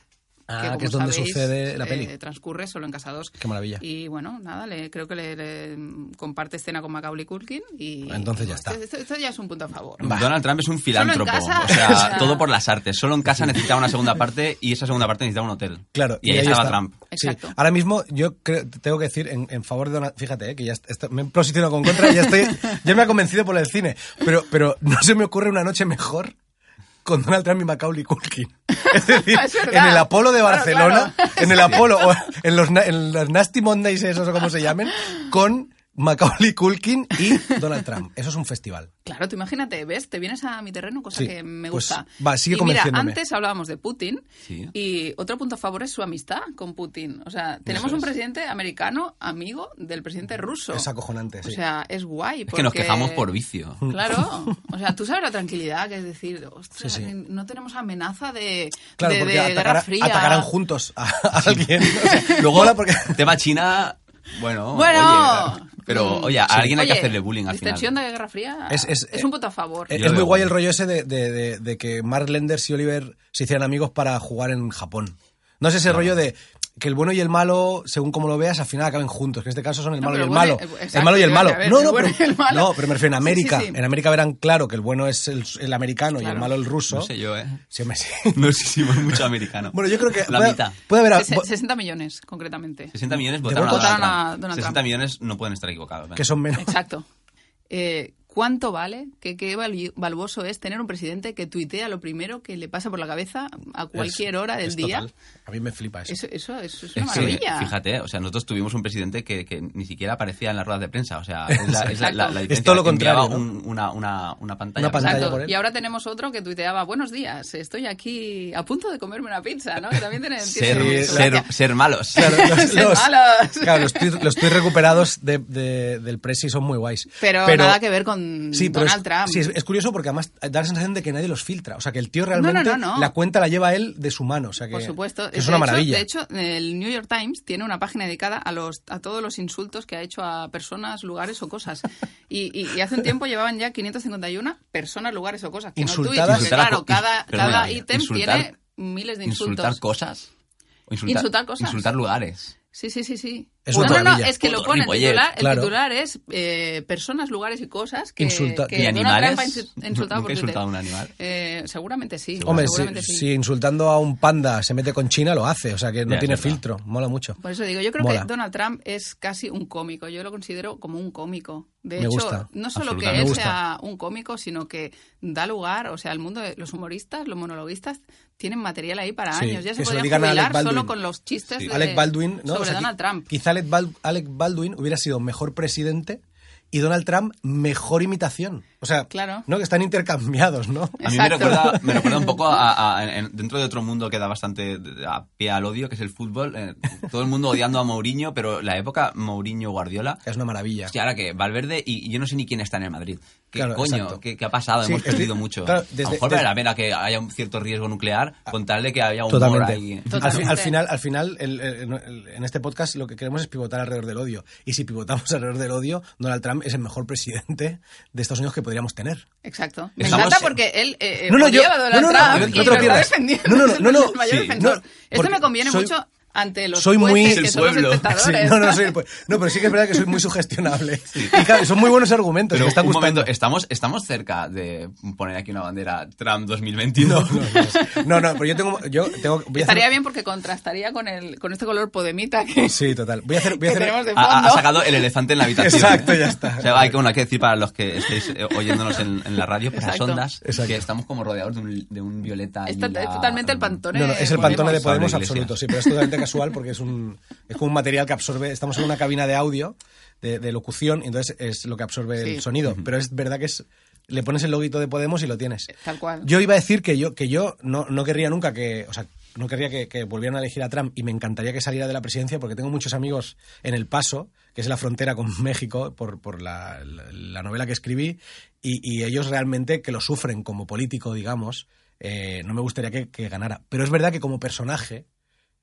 Speaker 1: Ah,
Speaker 3: como
Speaker 1: que es donde
Speaker 3: sabéis,
Speaker 1: sucede la peli.
Speaker 3: eh, transcurre solo en Casados.
Speaker 1: Qué maravilla.
Speaker 3: Y bueno, nada, le, creo que le, le, mm, comparte escena con Macaulay Culkin y...
Speaker 1: Entonces ya está.
Speaker 3: Esto, esto- esto ya es un punto a favor.
Speaker 2: Donald Trump es un filántropo,
Speaker 3: casa,
Speaker 2: o
Speaker 3: o
Speaker 2: sea,
Speaker 3: sea-
Speaker 2: todo por las artes. Solo en casa necesitaba una segunda parte y esa segunda parte necesitaba un hotel.
Speaker 1: Claro,
Speaker 2: y, ahí estaba
Speaker 1: está.
Speaker 2: Trump.
Speaker 1: Sí.
Speaker 3: Exacto.
Speaker 1: Ahora mismo yo creo- te tengo que decir en, en favor de Donald, fíjate, eh, que ya est- est- me he posicionado con contra y ya estoy, ya me ha convencido por el cine, pero, pero no se me ocurre una noche mejor con Donald Trump y Macaulay Culkin. Es decir,
Speaker 3: Es verdad.
Speaker 1: en el Apolo de
Speaker 3: Claro,
Speaker 1: Barcelona,
Speaker 3: claro.
Speaker 1: en el Apolo o en los, na- en los Nasty Mondays esos o como se llamen, con Macaulay Culkin y Donald Trump. Eso es un festival.
Speaker 3: Claro, tú imagínate, ves, te vienes a mi terreno, cosa
Speaker 1: Sí,
Speaker 3: que me
Speaker 1: pues,
Speaker 3: gusta.
Speaker 1: va, sigue
Speaker 3: y mira,
Speaker 1: convenciéndome.
Speaker 3: antes hablábamos de Putin
Speaker 2: Sí.
Speaker 3: y otro punto a favor es su amistad con Putin. O sea, tenemos
Speaker 2: Eso
Speaker 3: un
Speaker 2: es. Mm,
Speaker 3: presidente americano amigo del presidente ruso.
Speaker 1: Es acojonante,
Speaker 3: O
Speaker 1: sí.
Speaker 3: sea, es guay.
Speaker 2: Es que nos
Speaker 3: porque-
Speaker 2: quejamos por vicio.
Speaker 1: Mm.
Speaker 3: Claro, o sea, tú sabes la tranquilidad que es decir, ostras,
Speaker 1: Sí, sí.
Speaker 3: no tenemos amenaza de,
Speaker 1: Claro,
Speaker 3: de-
Speaker 1: porque
Speaker 3: de guerra
Speaker 1: atacará-
Speaker 3: fría.
Speaker 1: atacarán juntos a, a alguien. O sea,
Speaker 2: Luego,
Speaker 1: mola porque...
Speaker 2: tema China, bueno,
Speaker 3: Bueno.
Speaker 2: oye, pero
Speaker 3: Mm.
Speaker 2: oye, a alguien hay que
Speaker 3: Oye,
Speaker 2: hacerle bullying al final. eh,
Speaker 3: Distensión de guerra fría
Speaker 1: Es-
Speaker 3: es,
Speaker 1: es-
Speaker 3: un punto a favor.
Speaker 1: Es,
Speaker 2: Yo
Speaker 1: es muy
Speaker 2: veo.
Speaker 1: guay el rollo ese de, de- de- de que Mark Lenders y Oliver se hicieran amigos para jugar en Japón. No es ese rollo de que el bueno y el malo, según como lo veas, al final acaben juntos. Que en este caso son el
Speaker 3: No,
Speaker 1: malo y
Speaker 3: pero
Speaker 1: el
Speaker 3: el bueno-
Speaker 1: malo.
Speaker 3: el- exacto,
Speaker 1: el malo y el
Speaker 3: yo
Speaker 1: malo.
Speaker 3: iba a ver,
Speaker 1: No,
Speaker 3: el
Speaker 1: no, pero,
Speaker 3: bueno y el malo.
Speaker 1: no, pero me refiero en
Speaker 3: Sí, sí,
Speaker 1: América.
Speaker 3: sí.
Speaker 1: En América verán claro que el bueno es el, el americano y el
Speaker 3: Claro.
Speaker 1: malo el ruso.
Speaker 2: No sé yo, ¿eh?
Speaker 1: Sí, hombre, sí.
Speaker 2: No sé si voy mucho americano.
Speaker 1: Bueno, yo creo que
Speaker 2: La
Speaker 1: puede,
Speaker 2: mitad.
Speaker 1: puede haber...
Speaker 3: Ses-
Speaker 2: eh,
Speaker 1: bo-
Speaker 3: 60 millones, concretamente.
Speaker 2: 60 millones
Speaker 1: De
Speaker 2: votaron a
Speaker 3: voto.
Speaker 2: Donald
Speaker 3: Votaron a
Speaker 2: Trump.
Speaker 3: Donald
Speaker 2: 60
Speaker 3: Trump.
Speaker 2: millones no pueden estar equivocados. ¿eh?
Speaker 1: que son menos.
Speaker 3: Exacto. Eh, ¿Cuánto vale? ¿Qué, qué vali- valuoso es tener un presidente que tuitea lo primero que le pasa por la cabeza a cualquier
Speaker 1: Es-
Speaker 3: hora del
Speaker 1: es
Speaker 3: día?
Speaker 1: total. A mí me flipa eso.
Speaker 3: Eso, eso, eso es
Speaker 2: Es
Speaker 3: una
Speaker 2: que,
Speaker 3: maravilla.
Speaker 2: fíjate, o sea, nosotros tuvimos un presidente que, que ni siquiera aparecía en las ruedas de prensa. O sea, es la, es la- la- la
Speaker 3: Es
Speaker 2: diferencia.
Speaker 1: todo lo
Speaker 2: Enviaba
Speaker 1: contrario, ¿no?
Speaker 2: un- una, una- una pantalla.
Speaker 1: Una pantalla.
Speaker 3: Exacto.
Speaker 1: por él.
Speaker 3: Y ahora tenemos otro que tuiteaba, buenos días, estoy aquí a punto de comerme una pizza, ¿no? Que también tiene,
Speaker 2: Ser,
Speaker 3: tiene su gracia.
Speaker 2: ser, ser malos.
Speaker 1: Claro, los,
Speaker 3: Ser
Speaker 1: los-
Speaker 3: malos.
Speaker 1: claro, los tuits- los tuits recuperados de- de- del Presi son muy guays.
Speaker 3: Pero nada que ver con
Speaker 1: pero
Speaker 3: Mm, Donald
Speaker 1: es-
Speaker 3: Trump.
Speaker 1: Sí, es, es curioso porque además da la sensación de que nadie los filtra. O sea, que el tío realmente
Speaker 3: No, no, no, no.
Speaker 1: la cuenta la lleva él de su mano. O sea, que,
Speaker 3: Por supuesto.
Speaker 1: que es
Speaker 3: De
Speaker 1: una
Speaker 3: hecho-
Speaker 1: maravilla.
Speaker 3: de hecho, el New York Times tiene una página dedicada a, los, a todos los insultos que ha hecho a personas, lugares o cosas. Y, y- y hace un tiempo llevaban ya 551 personas, lugares o cosas. Que no tuits,
Speaker 1: Insultadas.
Speaker 3: porque,
Speaker 2: Insultar a
Speaker 3: claro,
Speaker 2: co-
Speaker 3: cada,
Speaker 2: ins- perdona,
Speaker 3: cada
Speaker 2: María,
Speaker 3: ítem
Speaker 2: insultar-
Speaker 3: tiene miles de insultos.
Speaker 2: Insultar cosas. O
Speaker 3: Insultar cosas.
Speaker 2: Insultar lugares.
Speaker 3: Sí, sí, sí, sí.
Speaker 1: Es
Speaker 3: no,
Speaker 1: una
Speaker 3: no, no,
Speaker 1: maravilla.
Speaker 3: es que lo
Speaker 2: Puto
Speaker 3: pone el
Speaker 2: gilipollas.
Speaker 3: titular.
Speaker 1: Claro.
Speaker 3: El titular es eh, personas, lugares y cosas que,
Speaker 1: Insulta-
Speaker 3: que
Speaker 1: ¿Y
Speaker 3: Donald Trump
Speaker 2: animales?
Speaker 3: ha insu- insultado
Speaker 2: ¿Nunca
Speaker 3: por
Speaker 2: he
Speaker 3: Twitter.
Speaker 2: insultado a un animal?
Speaker 3: Eh, seguramente sí.
Speaker 1: Hombre,
Speaker 3: seguramente
Speaker 1: si,
Speaker 3: sí.
Speaker 1: si insultando a un panda se mete con China, lo hace. O sea, que no
Speaker 2: Ya,
Speaker 1: tiene
Speaker 2: es verdad.
Speaker 1: filtro. Mola mucho.
Speaker 3: Por eso digo, yo creo
Speaker 1: Mola.
Speaker 3: que Donald Trump es casi un cómico. Yo lo considero como un cómico. De
Speaker 1: Me
Speaker 3: hecho,
Speaker 1: gusta,
Speaker 3: no solo que
Speaker 2: absolutamente.
Speaker 1: Me
Speaker 3: él
Speaker 1: gusta.
Speaker 3: sea un cómico, sino que da lugar, o sea, el mundo de los humoristas, los monologuistas, tienen material ahí para
Speaker 1: Sí,
Speaker 3: años. Ya
Speaker 1: que
Speaker 3: se
Speaker 1: se lo
Speaker 3: podrían
Speaker 1: digan a Alec
Speaker 3: jubilar
Speaker 1: Baldwin.
Speaker 3: solo con los chistes de,
Speaker 1: Alec Baldwin, ¿no?
Speaker 3: sobre
Speaker 1: O sea, qui-
Speaker 3: Donald Trump.
Speaker 1: Quizá Alec, Bal- Alec Baldwin hubiera sido mejor presidente y Donald Trump mejor imitación. O sea,
Speaker 3: Claro. Eh.
Speaker 1: ¿no? que están intercambiados, ¿no?
Speaker 2: A mí me
Speaker 3: Exacto.
Speaker 2: recuerda, me recuerda un poco a, a- en- dentro de otro mundo que da bastante a pie al odio, que es el fútbol. Eh, todo el mundo odiando a Mourinho, pero la época Mourinho-Guardiola.
Speaker 1: Es una maravilla.
Speaker 2: Hostia, ahora que Valverde y y yo no sé ni quién está en el Madrid. ¿Qué
Speaker 1: Claro, exacto.
Speaker 2: coño? ¿qué, qué ha pasado?
Speaker 1: Sí,
Speaker 2: Hemos
Speaker 1: estoy-
Speaker 2: perdido mucho.
Speaker 1: claro,
Speaker 2: a
Speaker 1: desde-
Speaker 2: lo mejor vale
Speaker 1: desde-
Speaker 2: la pena que haya un cierto riesgo nuclear con tal de que haya humor
Speaker 1: Totalmente.
Speaker 2: ahí.
Speaker 1: Al fi- Al,
Speaker 3: Totalmente.
Speaker 1: final, al final el- el- el- en este podcast lo que queremos es pivotar alrededor del odio. Y si pivotamos alrededor del odio, Donald Trump es el mejor presidente de Estados Unidos que podríamos tener.
Speaker 3: Exacto. Me
Speaker 2: Estamos-
Speaker 3: encanta porque él eh, eh,
Speaker 1: No, no,
Speaker 3: odiaba
Speaker 1: yo-
Speaker 3: a Donald
Speaker 1: no, no, no,
Speaker 3: Trump
Speaker 1: no
Speaker 3: y
Speaker 1: te lo
Speaker 3: lo está
Speaker 1: pierdas.
Speaker 3: defendiendo.
Speaker 1: No, no, no,
Speaker 3: es
Speaker 1: no,
Speaker 3: el mayor
Speaker 2: sí,
Speaker 1: no,
Speaker 3: defensor. Esto
Speaker 1: porque
Speaker 3: me conviene
Speaker 1: soy-
Speaker 3: mucho ante los
Speaker 1: soy muy-
Speaker 3: jueces, que
Speaker 2: El
Speaker 3: son los
Speaker 2: pueblo.
Speaker 1: Sí,
Speaker 3: espectadores.
Speaker 1: no, no, soy- no, pero sí que es verdad que soy muy sugestionable. Y claro, son muy buenos argumentos.
Speaker 2: Pero
Speaker 1: me están
Speaker 2: un
Speaker 1: gustando.
Speaker 2: momento, ¿estamos, estamos cerca de poner aquí una bandera Trump 2021.
Speaker 1: No, no, no, no, pero yo tengo. Yo tengo voy a hacer-
Speaker 3: Estaría bien porque contrastaría con el con este color podemita que,
Speaker 1: Sí, total. Voy a hacer. Voy a
Speaker 3: que
Speaker 1: hacer-
Speaker 3: tenemos de fondo.
Speaker 2: Ha, ha- ha sacado el elefante en la habitación.
Speaker 1: Exacto, ya está.
Speaker 2: O sea, hay que, bueno, hay que decir para los que estéis eh, oyéndonos en, en la radio, por las
Speaker 3: Exacto.
Speaker 2: ondas,
Speaker 1: Exacto.
Speaker 2: que estamos como rodeados de un, de un violeta.
Speaker 3: Esta-
Speaker 2: lila,
Speaker 3: es totalmente el pantone.
Speaker 1: No, no, es el
Speaker 3: Podemos.
Speaker 1: pantone de Podemos
Speaker 2: Pablo Iglesias.
Speaker 1: absoluto, sí, pero es totalmente casual porque es un es como un material que absorbe, estamos en una cabina de audio, de, de locución, y entonces es lo que absorbe el
Speaker 3: Sí.
Speaker 1: sonido, pero es verdad que es le pones el loguito de Podemos y lo tienes.
Speaker 3: Tal cual.
Speaker 1: Yo iba a decir que yo que yo no, no querría nunca que, o sea, no querría que, que volvieran a elegir a Trump y me encantaría que saliera de la presidencia porque tengo muchos amigos en El Paso, que es la frontera con México, por, por la, la- la novela que escribí, y, y ellos realmente que lo sufren como político, digamos, eh, no me gustaría que, que ganara. Pero es verdad que como personaje,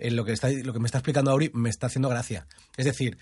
Speaker 1: en lo, que está, lo que me está explicando Auri me está haciendo gracia. Es decir,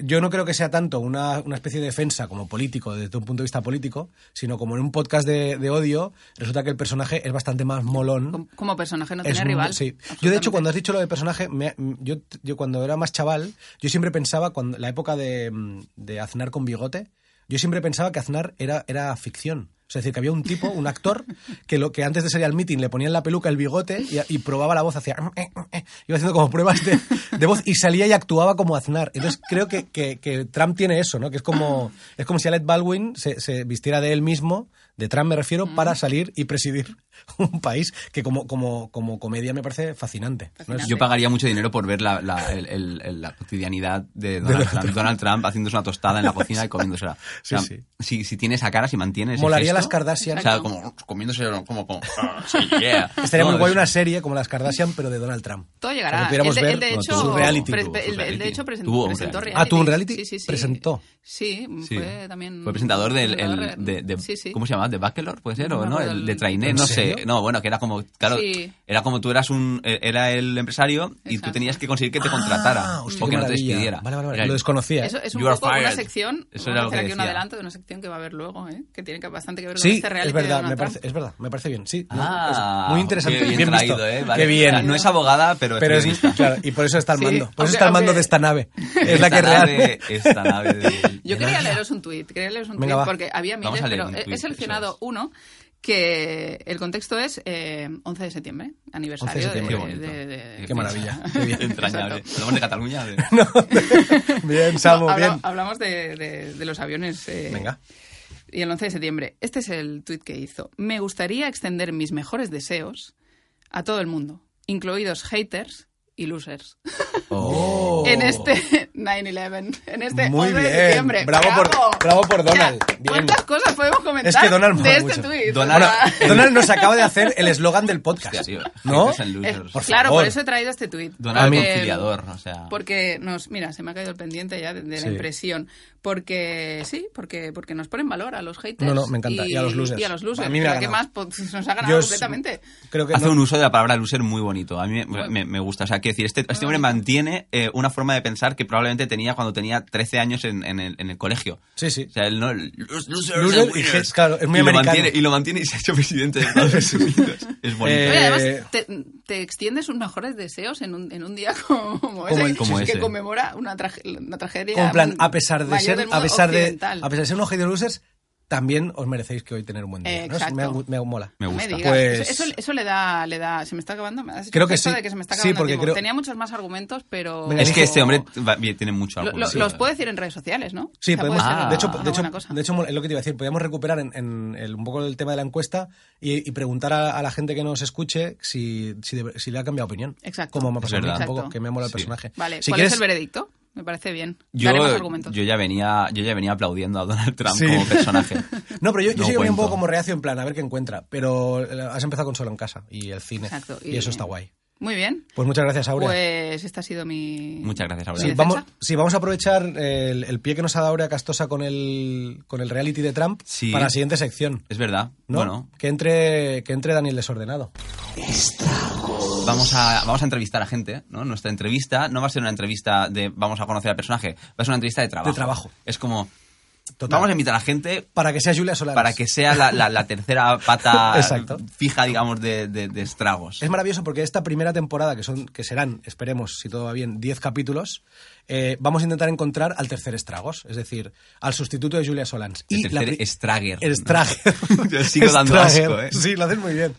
Speaker 1: yo no creo que sea tanto una, una especie de defensa como político, desde un punto de vista político, sino como en un podcast de, de odio, resulta que el personaje es bastante más molón.
Speaker 3: Como, como personaje no
Speaker 1: Es
Speaker 3: tiene
Speaker 1: un-
Speaker 3: rival.
Speaker 1: sí. Yo, de hecho,
Speaker 3: absolutamente.
Speaker 1: cuando has dicho lo de personaje, me- yo, yo cuando era más chaval, yo siempre pensaba, cuando la época de, mm, de Aznar con bigote, yo siempre pensaba que Aznar era, era ficción. O sea, es decir, que había un tipo, un actor, que lo que antes de salir al meeting le ponían la peluca, el bigote y, y probaba la voz, hacía... "Mm, eh, mm, eh". Iba haciendo como pruebas de, de voz y salía y actuaba como Aznar. Entonces creo que, que- que Trump tiene eso, ¿no? Que es como, es como si Alec Baldwin se, se vistiera de él mismo, de Trump me refiero, para salir y presidir un país que como, como, como comedia me parece fascinante. ¿no? Es-
Speaker 3: Fascinante.
Speaker 2: Yo pagaría mucho dinero por ver la, la- el- el- el- la cotidianidad de Donald, Trump. Donald Trump haciéndose una tostada en la cocina y comiéndosela.
Speaker 1: Sí,
Speaker 2: O sea,
Speaker 1: sí.
Speaker 2: Si, si tiene esa cara, si mantiene ese
Speaker 1: Molaría
Speaker 2: gesto,
Speaker 1: las Kardashian.
Speaker 2: O sea, como comiéndose como... como ah, sí, yeah.
Speaker 1: Estaría
Speaker 2: No,
Speaker 1: muy guay
Speaker 2: es-
Speaker 1: una serie como las Kardashian, pero de Donald Trump.
Speaker 3: Todo
Speaker 1: O sea,
Speaker 3: llegará.
Speaker 1: que pudiéramos
Speaker 3: Él de- él,
Speaker 1: ver
Speaker 3: de
Speaker 2: no,
Speaker 3: hecho,
Speaker 1: tu reality.
Speaker 3: pres-
Speaker 2: Tuvo su
Speaker 3: él de- él de hecho
Speaker 2: reality.
Speaker 3: presen-
Speaker 2: Tuvo un
Speaker 3: presentó
Speaker 2: reality.
Speaker 3: reality.
Speaker 1: Ah, ¿tuvo un reality?
Speaker 3: Sí, sí, sí.
Speaker 1: Presentó.
Speaker 3: Sí,
Speaker 2: Sí.
Speaker 3: fue también...
Speaker 2: Fue presentador del... el-
Speaker 3: presentador
Speaker 2: de, de-
Speaker 3: sí, sí.
Speaker 2: ¿Cómo se llamaba? ¿De Bachelor, puede ser?
Speaker 3: No
Speaker 2: ¿O
Speaker 3: me
Speaker 2: no?
Speaker 3: acuerdo
Speaker 2: El,
Speaker 3: el-
Speaker 2: de Trainé,
Speaker 1: ¿En
Speaker 2: no
Speaker 1: serio?
Speaker 2: sé. No, bueno, que era como... Claro,
Speaker 3: Sí.
Speaker 2: era como tú eras un... e, Era el empresario y tú
Speaker 3: Exacto.
Speaker 2: tenías que conseguir que te contratara.
Speaker 1: Ah, hostia,
Speaker 2: o
Speaker 1: qué
Speaker 2: que no te
Speaker 1: maravilla.
Speaker 2: despidiera.
Speaker 1: Vale, vale, vale.
Speaker 2: Era
Speaker 1: Lo
Speaker 2: el-
Speaker 1: desconocía. ¿eh?
Speaker 3: Eso es un
Speaker 2: You are
Speaker 3: poco una
Speaker 2: fired.
Speaker 3: sección.
Speaker 2: Eso
Speaker 3: vamos
Speaker 2: era
Speaker 3: a
Speaker 2: lo que
Speaker 3: hacer aquí un
Speaker 2: decía.
Speaker 3: adelanto de una sección que va a haber luego, ¿eh? que tiene que- bastante que ver con
Speaker 1: Sí,
Speaker 3: este reality
Speaker 1: es
Speaker 3: de
Speaker 1: verdad,
Speaker 3: Donald
Speaker 1: me
Speaker 3: Trump.
Speaker 1: parece, es verdad, me parece bien, sí. no,
Speaker 2: Ah,
Speaker 1: es muy interesante,
Speaker 2: qué
Speaker 1: bien,
Speaker 2: traído,
Speaker 1: visto.
Speaker 2: ¿eh? Vale.
Speaker 1: Qué bien.
Speaker 2: O sea, no es abogada, pero,
Speaker 1: pero
Speaker 2: es
Speaker 1: es,
Speaker 2: periodista.
Speaker 1: claro, y por eso está al
Speaker 3: Sí,
Speaker 1: mando. Por eso
Speaker 3: aunque-
Speaker 1: está al mando
Speaker 3: aunque-
Speaker 1: de esta nave. Es la que
Speaker 2: Esta
Speaker 1: real.
Speaker 2: nave- esta nave de-
Speaker 3: Yo quería leeros un tuit, quería leeros un
Speaker 1: Venga,
Speaker 3: tuit
Speaker 1: va.
Speaker 3: porque había
Speaker 2: Vamos
Speaker 3: miles,
Speaker 2: a leer
Speaker 3: pero
Speaker 2: un
Speaker 3: he-
Speaker 2: tuit,
Speaker 3: he
Speaker 2: eso
Speaker 3: seleccionado
Speaker 2: es.
Speaker 3: uno que el contexto es eh, 11 de septiembre,
Speaker 1: 11 de
Speaker 3: aniversario
Speaker 1: septiembre,
Speaker 3: de-
Speaker 2: qué bonito.
Speaker 3: de- de-
Speaker 1: Qué maravilla. Qué bien.
Speaker 2: Entrañable.
Speaker 3: Exacto.
Speaker 2: Hablamos de Cataluña. de-
Speaker 1: Bien,
Speaker 3: No,
Speaker 1: Samu,
Speaker 3: habla-
Speaker 1: bien.
Speaker 3: Hablamos de, de- de los aviones. eh,
Speaker 1: Venga.
Speaker 3: Y el 11 de septiembre. Este es el tuit que hizo. Me gustaría extender mis mejores deseos a todo el mundo, incluidos haters y losers.
Speaker 1: Oh.
Speaker 3: En este 9-11, en este
Speaker 1: Muy
Speaker 3: 11 de
Speaker 1: bien.
Speaker 3: septiembre.
Speaker 1: Bravo por- bravo por Donald. Bien.
Speaker 3: ¿Cuántas cosas podemos comentar
Speaker 1: Es que Donald mola
Speaker 3: de este
Speaker 1: mucho.
Speaker 3: tuit?
Speaker 2: Donald- Ah.
Speaker 3: O sea,
Speaker 1: Bueno, Donald nos acaba de hacer el eslogan del podcast.
Speaker 2: Hostia, tío.
Speaker 1: ¿No?
Speaker 2: Haters and
Speaker 3: es-
Speaker 2: losers.
Speaker 1: por
Speaker 3: claro,
Speaker 1: favor.
Speaker 3: por eso he traído este tuit.
Speaker 2: Donald
Speaker 3: Eh, Porque-
Speaker 2: conciliador, o sea.
Speaker 3: Porque nos, mira, se me ha caído el pendiente ya de, de
Speaker 1: Ah. Sí.
Speaker 3: la impresión. Porque sí, porque porque nos ponen valor a los haters.
Speaker 1: No, no, me encanta. Y a los losers.
Speaker 3: Y a los losers.
Speaker 1: A mí me ha
Speaker 3: Pero ¿qué más?
Speaker 1: ganado.
Speaker 3: Pues, nos ha ganado
Speaker 1: Yo eh, es-
Speaker 3: completamente.
Speaker 1: Creo que
Speaker 2: Hace
Speaker 1: no-
Speaker 2: un uso de la palabra loser muy bonito. A mí me, me- me gusta. O sea, quiero decir, este,
Speaker 1: Ah.
Speaker 2: este hombre mantiene eh, una forma de pensar que probablemente tenía cuando tenía 13 años en, en el, en el colegio.
Speaker 1: Sí, sí.
Speaker 2: O sea, él no. los- Losers,
Speaker 1: Loser
Speaker 2: and
Speaker 1: y
Speaker 2: winners.
Speaker 1: hate, claro, es muy
Speaker 2: y lo
Speaker 1: americano.
Speaker 2: mantiene, y lo mantiene y se ha hecho presidente de Estados Unidos. Es bonito.
Speaker 1: Eh,
Speaker 3: Oye, además, te, te extiendes sus mejores deseos en un, en un día como, ese,
Speaker 1: el-
Speaker 2: como
Speaker 3: que
Speaker 2: ese.
Speaker 3: conmemora una, traje- una tragedia.
Speaker 1: Como en plan,
Speaker 3: mm,
Speaker 1: a pesar de
Speaker 3: mayor
Speaker 1: ser,
Speaker 3: del
Speaker 1: a
Speaker 3: mundo
Speaker 1: pesar de,
Speaker 3: occidental.
Speaker 1: a pesar de ser unos hate losers, también os merecéis que hoy tener un buen día. ¿no? Es- me,
Speaker 3: Exacto.
Speaker 1: me mola.
Speaker 2: Me
Speaker 3: No
Speaker 2: gusta.
Speaker 3: digas.
Speaker 1: Pues-
Speaker 3: Eso, eso- eso le da, le da. Se me está acabando. ¿Me has hecho
Speaker 1: Creo
Speaker 3: un
Speaker 1: que
Speaker 3: gesto
Speaker 1: sí.
Speaker 3: de que se me está
Speaker 1: Sí,
Speaker 3: acabando el
Speaker 1: porque
Speaker 3: tiempo?
Speaker 1: creo-
Speaker 3: Tenía muchos más argumentos, pero.
Speaker 1: Venga,
Speaker 2: Es que
Speaker 1: dijo-
Speaker 2: este hombre va- tiene mucho.
Speaker 3: Lo-
Speaker 2: algo.
Speaker 3: lo-
Speaker 2: Sí.
Speaker 3: los puede decir en redes sociales, ¿no?
Speaker 1: Sí,
Speaker 3: O sea,
Speaker 1: podemos.
Speaker 3: puede
Speaker 2: Ah.
Speaker 3: ser
Speaker 1: de hecho,
Speaker 3: una
Speaker 1: de hecho,
Speaker 3: buena cosa.
Speaker 1: de hecho, es lo que te iba a decir, podemos recuperar en, en el- un poco el tema de la encuesta y, y preguntar a, a la gente que nos escuche si, si, de- si le ha cambiado opinión.
Speaker 3: Exacto.
Speaker 1: Como me ha
Speaker 2: Es
Speaker 1: pasado a mí,
Speaker 2: verdad.
Speaker 1: un poco,
Speaker 3: Exacto.
Speaker 1: que me mola el
Speaker 2: Sí.
Speaker 1: personaje.
Speaker 3: Vale,
Speaker 1: Si
Speaker 3: ¿cuál
Speaker 1: quieres-
Speaker 3: es el veredicto? Me parece bien.
Speaker 2: Yo,
Speaker 3: Daremos argumentos.
Speaker 2: yo ya venía, yo ya venía aplaudiendo a Donald Trump
Speaker 1: Sí.
Speaker 2: como personaje.
Speaker 1: No, pero yo, yo
Speaker 2: No
Speaker 1: sí que voy un
Speaker 2: cuento.
Speaker 1: poco como reacio en plan, a ver qué encuentra. Pero eh, has empezado con solo en casa y el cine.
Speaker 3: Exacto,
Speaker 1: Y,
Speaker 3: y-
Speaker 1: eso está guay.
Speaker 3: Muy bien.
Speaker 1: Pues muchas gracias, Aurea.
Speaker 3: Pues esta ha sido mi.
Speaker 2: Muchas gracias, Aurea.
Speaker 3: mi
Speaker 1: Sí,
Speaker 3: defensa.
Speaker 1: vamos, sí, vamos a aprovechar el, el pie que nos ha dado Aurea Castosa con el, con el reality de Trump
Speaker 2: Sí.
Speaker 1: para la siguiente sección.
Speaker 2: Es verdad.
Speaker 1: ¿no?
Speaker 2: Bueno,
Speaker 1: Que entre, que entre Daniel Desordenado.
Speaker 2: vamos a, vamos a entrevistar a gente, ¿no? Nuestra entrevista no va a ser una entrevista de vamos a conocer al personaje, va a ser una entrevista de trabajo.
Speaker 1: De trabajo.
Speaker 2: Es como,
Speaker 1: Total.
Speaker 2: vamos a invitar a gente
Speaker 1: Para que sea Julia Solanas.
Speaker 2: para que sea la, la- la tercera pata
Speaker 1: Exacto.
Speaker 2: fija, digamos, de, de- de estragos.
Speaker 1: Es maravilloso porque esta primera temporada, que, son, que serán, esperemos, si todo va bien, 10 capítulos, eh, vamos a intentar encontrar al tercer estragos, es decir, al sustituto de Julia Solans.
Speaker 2: El
Speaker 1: la
Speaker 2: tercer
Speaker 1: pri-
Speaker 2: estrager.
Speaker 1: El Strager.
Speaker 2: Yo sigo dando
Speaker 1: Strager.
Speaker 2: asco, ¿eh?
Speaker 1: Sí, lo haces muy bien.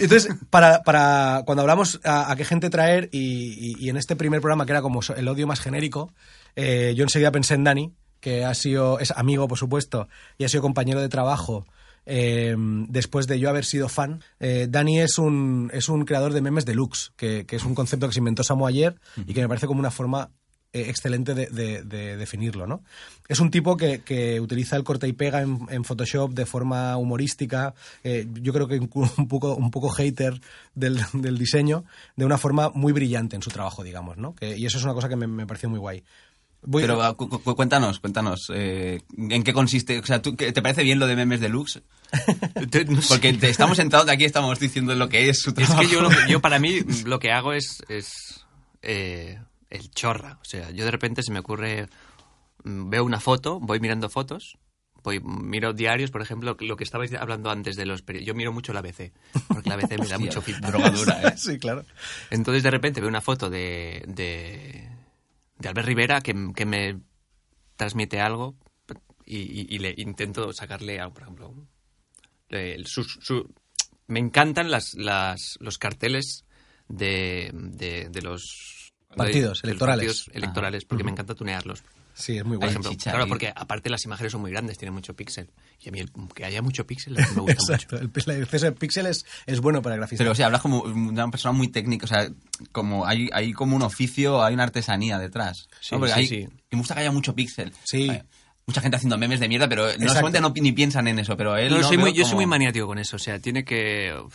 Speaker 1: Entonces, para, para cuando hablamos a, a qué gente traer y, y- y en este primer programa, que era como so- el odio más genérico, eh, yo enseguida pensé en Dani, que ha sido, es amigo, por supuesto, y ha sido compañero de trabajo. eh, después de yo haber sido fan, Eh, Dani es un, es un creador de memes deluxe, que, que es un concepto que se inventó Samu ayer y que me parece como una forma eh, excelente de, de- de definirlo, ¿no? Es un tipo que, que utiliza el corta y pega en, en Photoshop de forma humorística, eh, yo creo que incu- un poco, un poco hater del, del diseño, de una forma muy brillante en su trabajo, digamos, ¿no? Que- y eso es una cosa que me, me pareció muy guay. Voy-
Speaker 2: Pero ah, cu- cu- cuéntanos, cuéntanos, eh, ¿en qué consiste? O sea, ¿tú, qué- ¿te parece bien lo de memes deluxe? Te- Porque te- estamos sentados aquí, estamos diciendo lo que es su
Speaker 4: Es
Speaker 2: trabajo.
Speaker 4: que yo, lo- yo para mí lo que hago es, es eh, el chorra. O sea, yo de repente se me ocurre, mm, veo una foto, voy mirando fotos, voy miro diarios, por ejemplo, lo que estabais hablando antes de los periódicos. Yo miro mucho la ABC, porque la ABC me da mucho feedback.
Speaker 2: Drogadura, ¿eh?
Speaker 1: sí, claro.
Speaker 4: Entonces de repente veo una foto de, de, de Albert Rivera que, que me transmite algo y, y- y le intento sacarle, a, por ejemplo, el- su- su- me encantan las, las, los carteles de, de, de los
Speaker 1: Partidos
Speaker 4: de los
Speaker 1: electorales. Ah.
Speaker 4: partidos electorales, porque me encanta tunearlos.
Speaker 1: Sí, es muy
Speaker 4: Por
Speaker 1: guay.
Speaker 4: ejemplo,
Speaker 2: chicha
Speaker 4: claro,
Speaker 2: ahí.
Speaker 4: porque aparte las imágenes son muy grandes, tienen mucho píxel. Y a mí el- que haya mucho píxel me gusta mucho.
Speaker 1: Exacto. El, el exceso de píxeles es bueno para grafistas.
Speaker 2: Pero, o sea, hablas como una persona muy técnica, o sea, como hay, hay como un oficio, hay una artesanía detrás. ¿no?
Speaker 4: Sí,
Speaker 2: Porque
Speaker 4: sí,
Speaker 2: hay-
Speaker 4: sí.
Speaker 2: Me gusta que haya mucho píxel.
Speaker 1: Sí.
Speaker 2: Vaya, Mucha gente haciendo memes de mierda, pero no solamente no, pi- ni piensan en eso, pero él...
Speaker 4: No,
Speaker 2: ¿no?
Speaker 4: soy
Speaker 2: Veo
Speaker 4: muy- yo soy
Speaker 2: como-
Speaker 4: muy maniático con eso, o sea, tiene que... uf,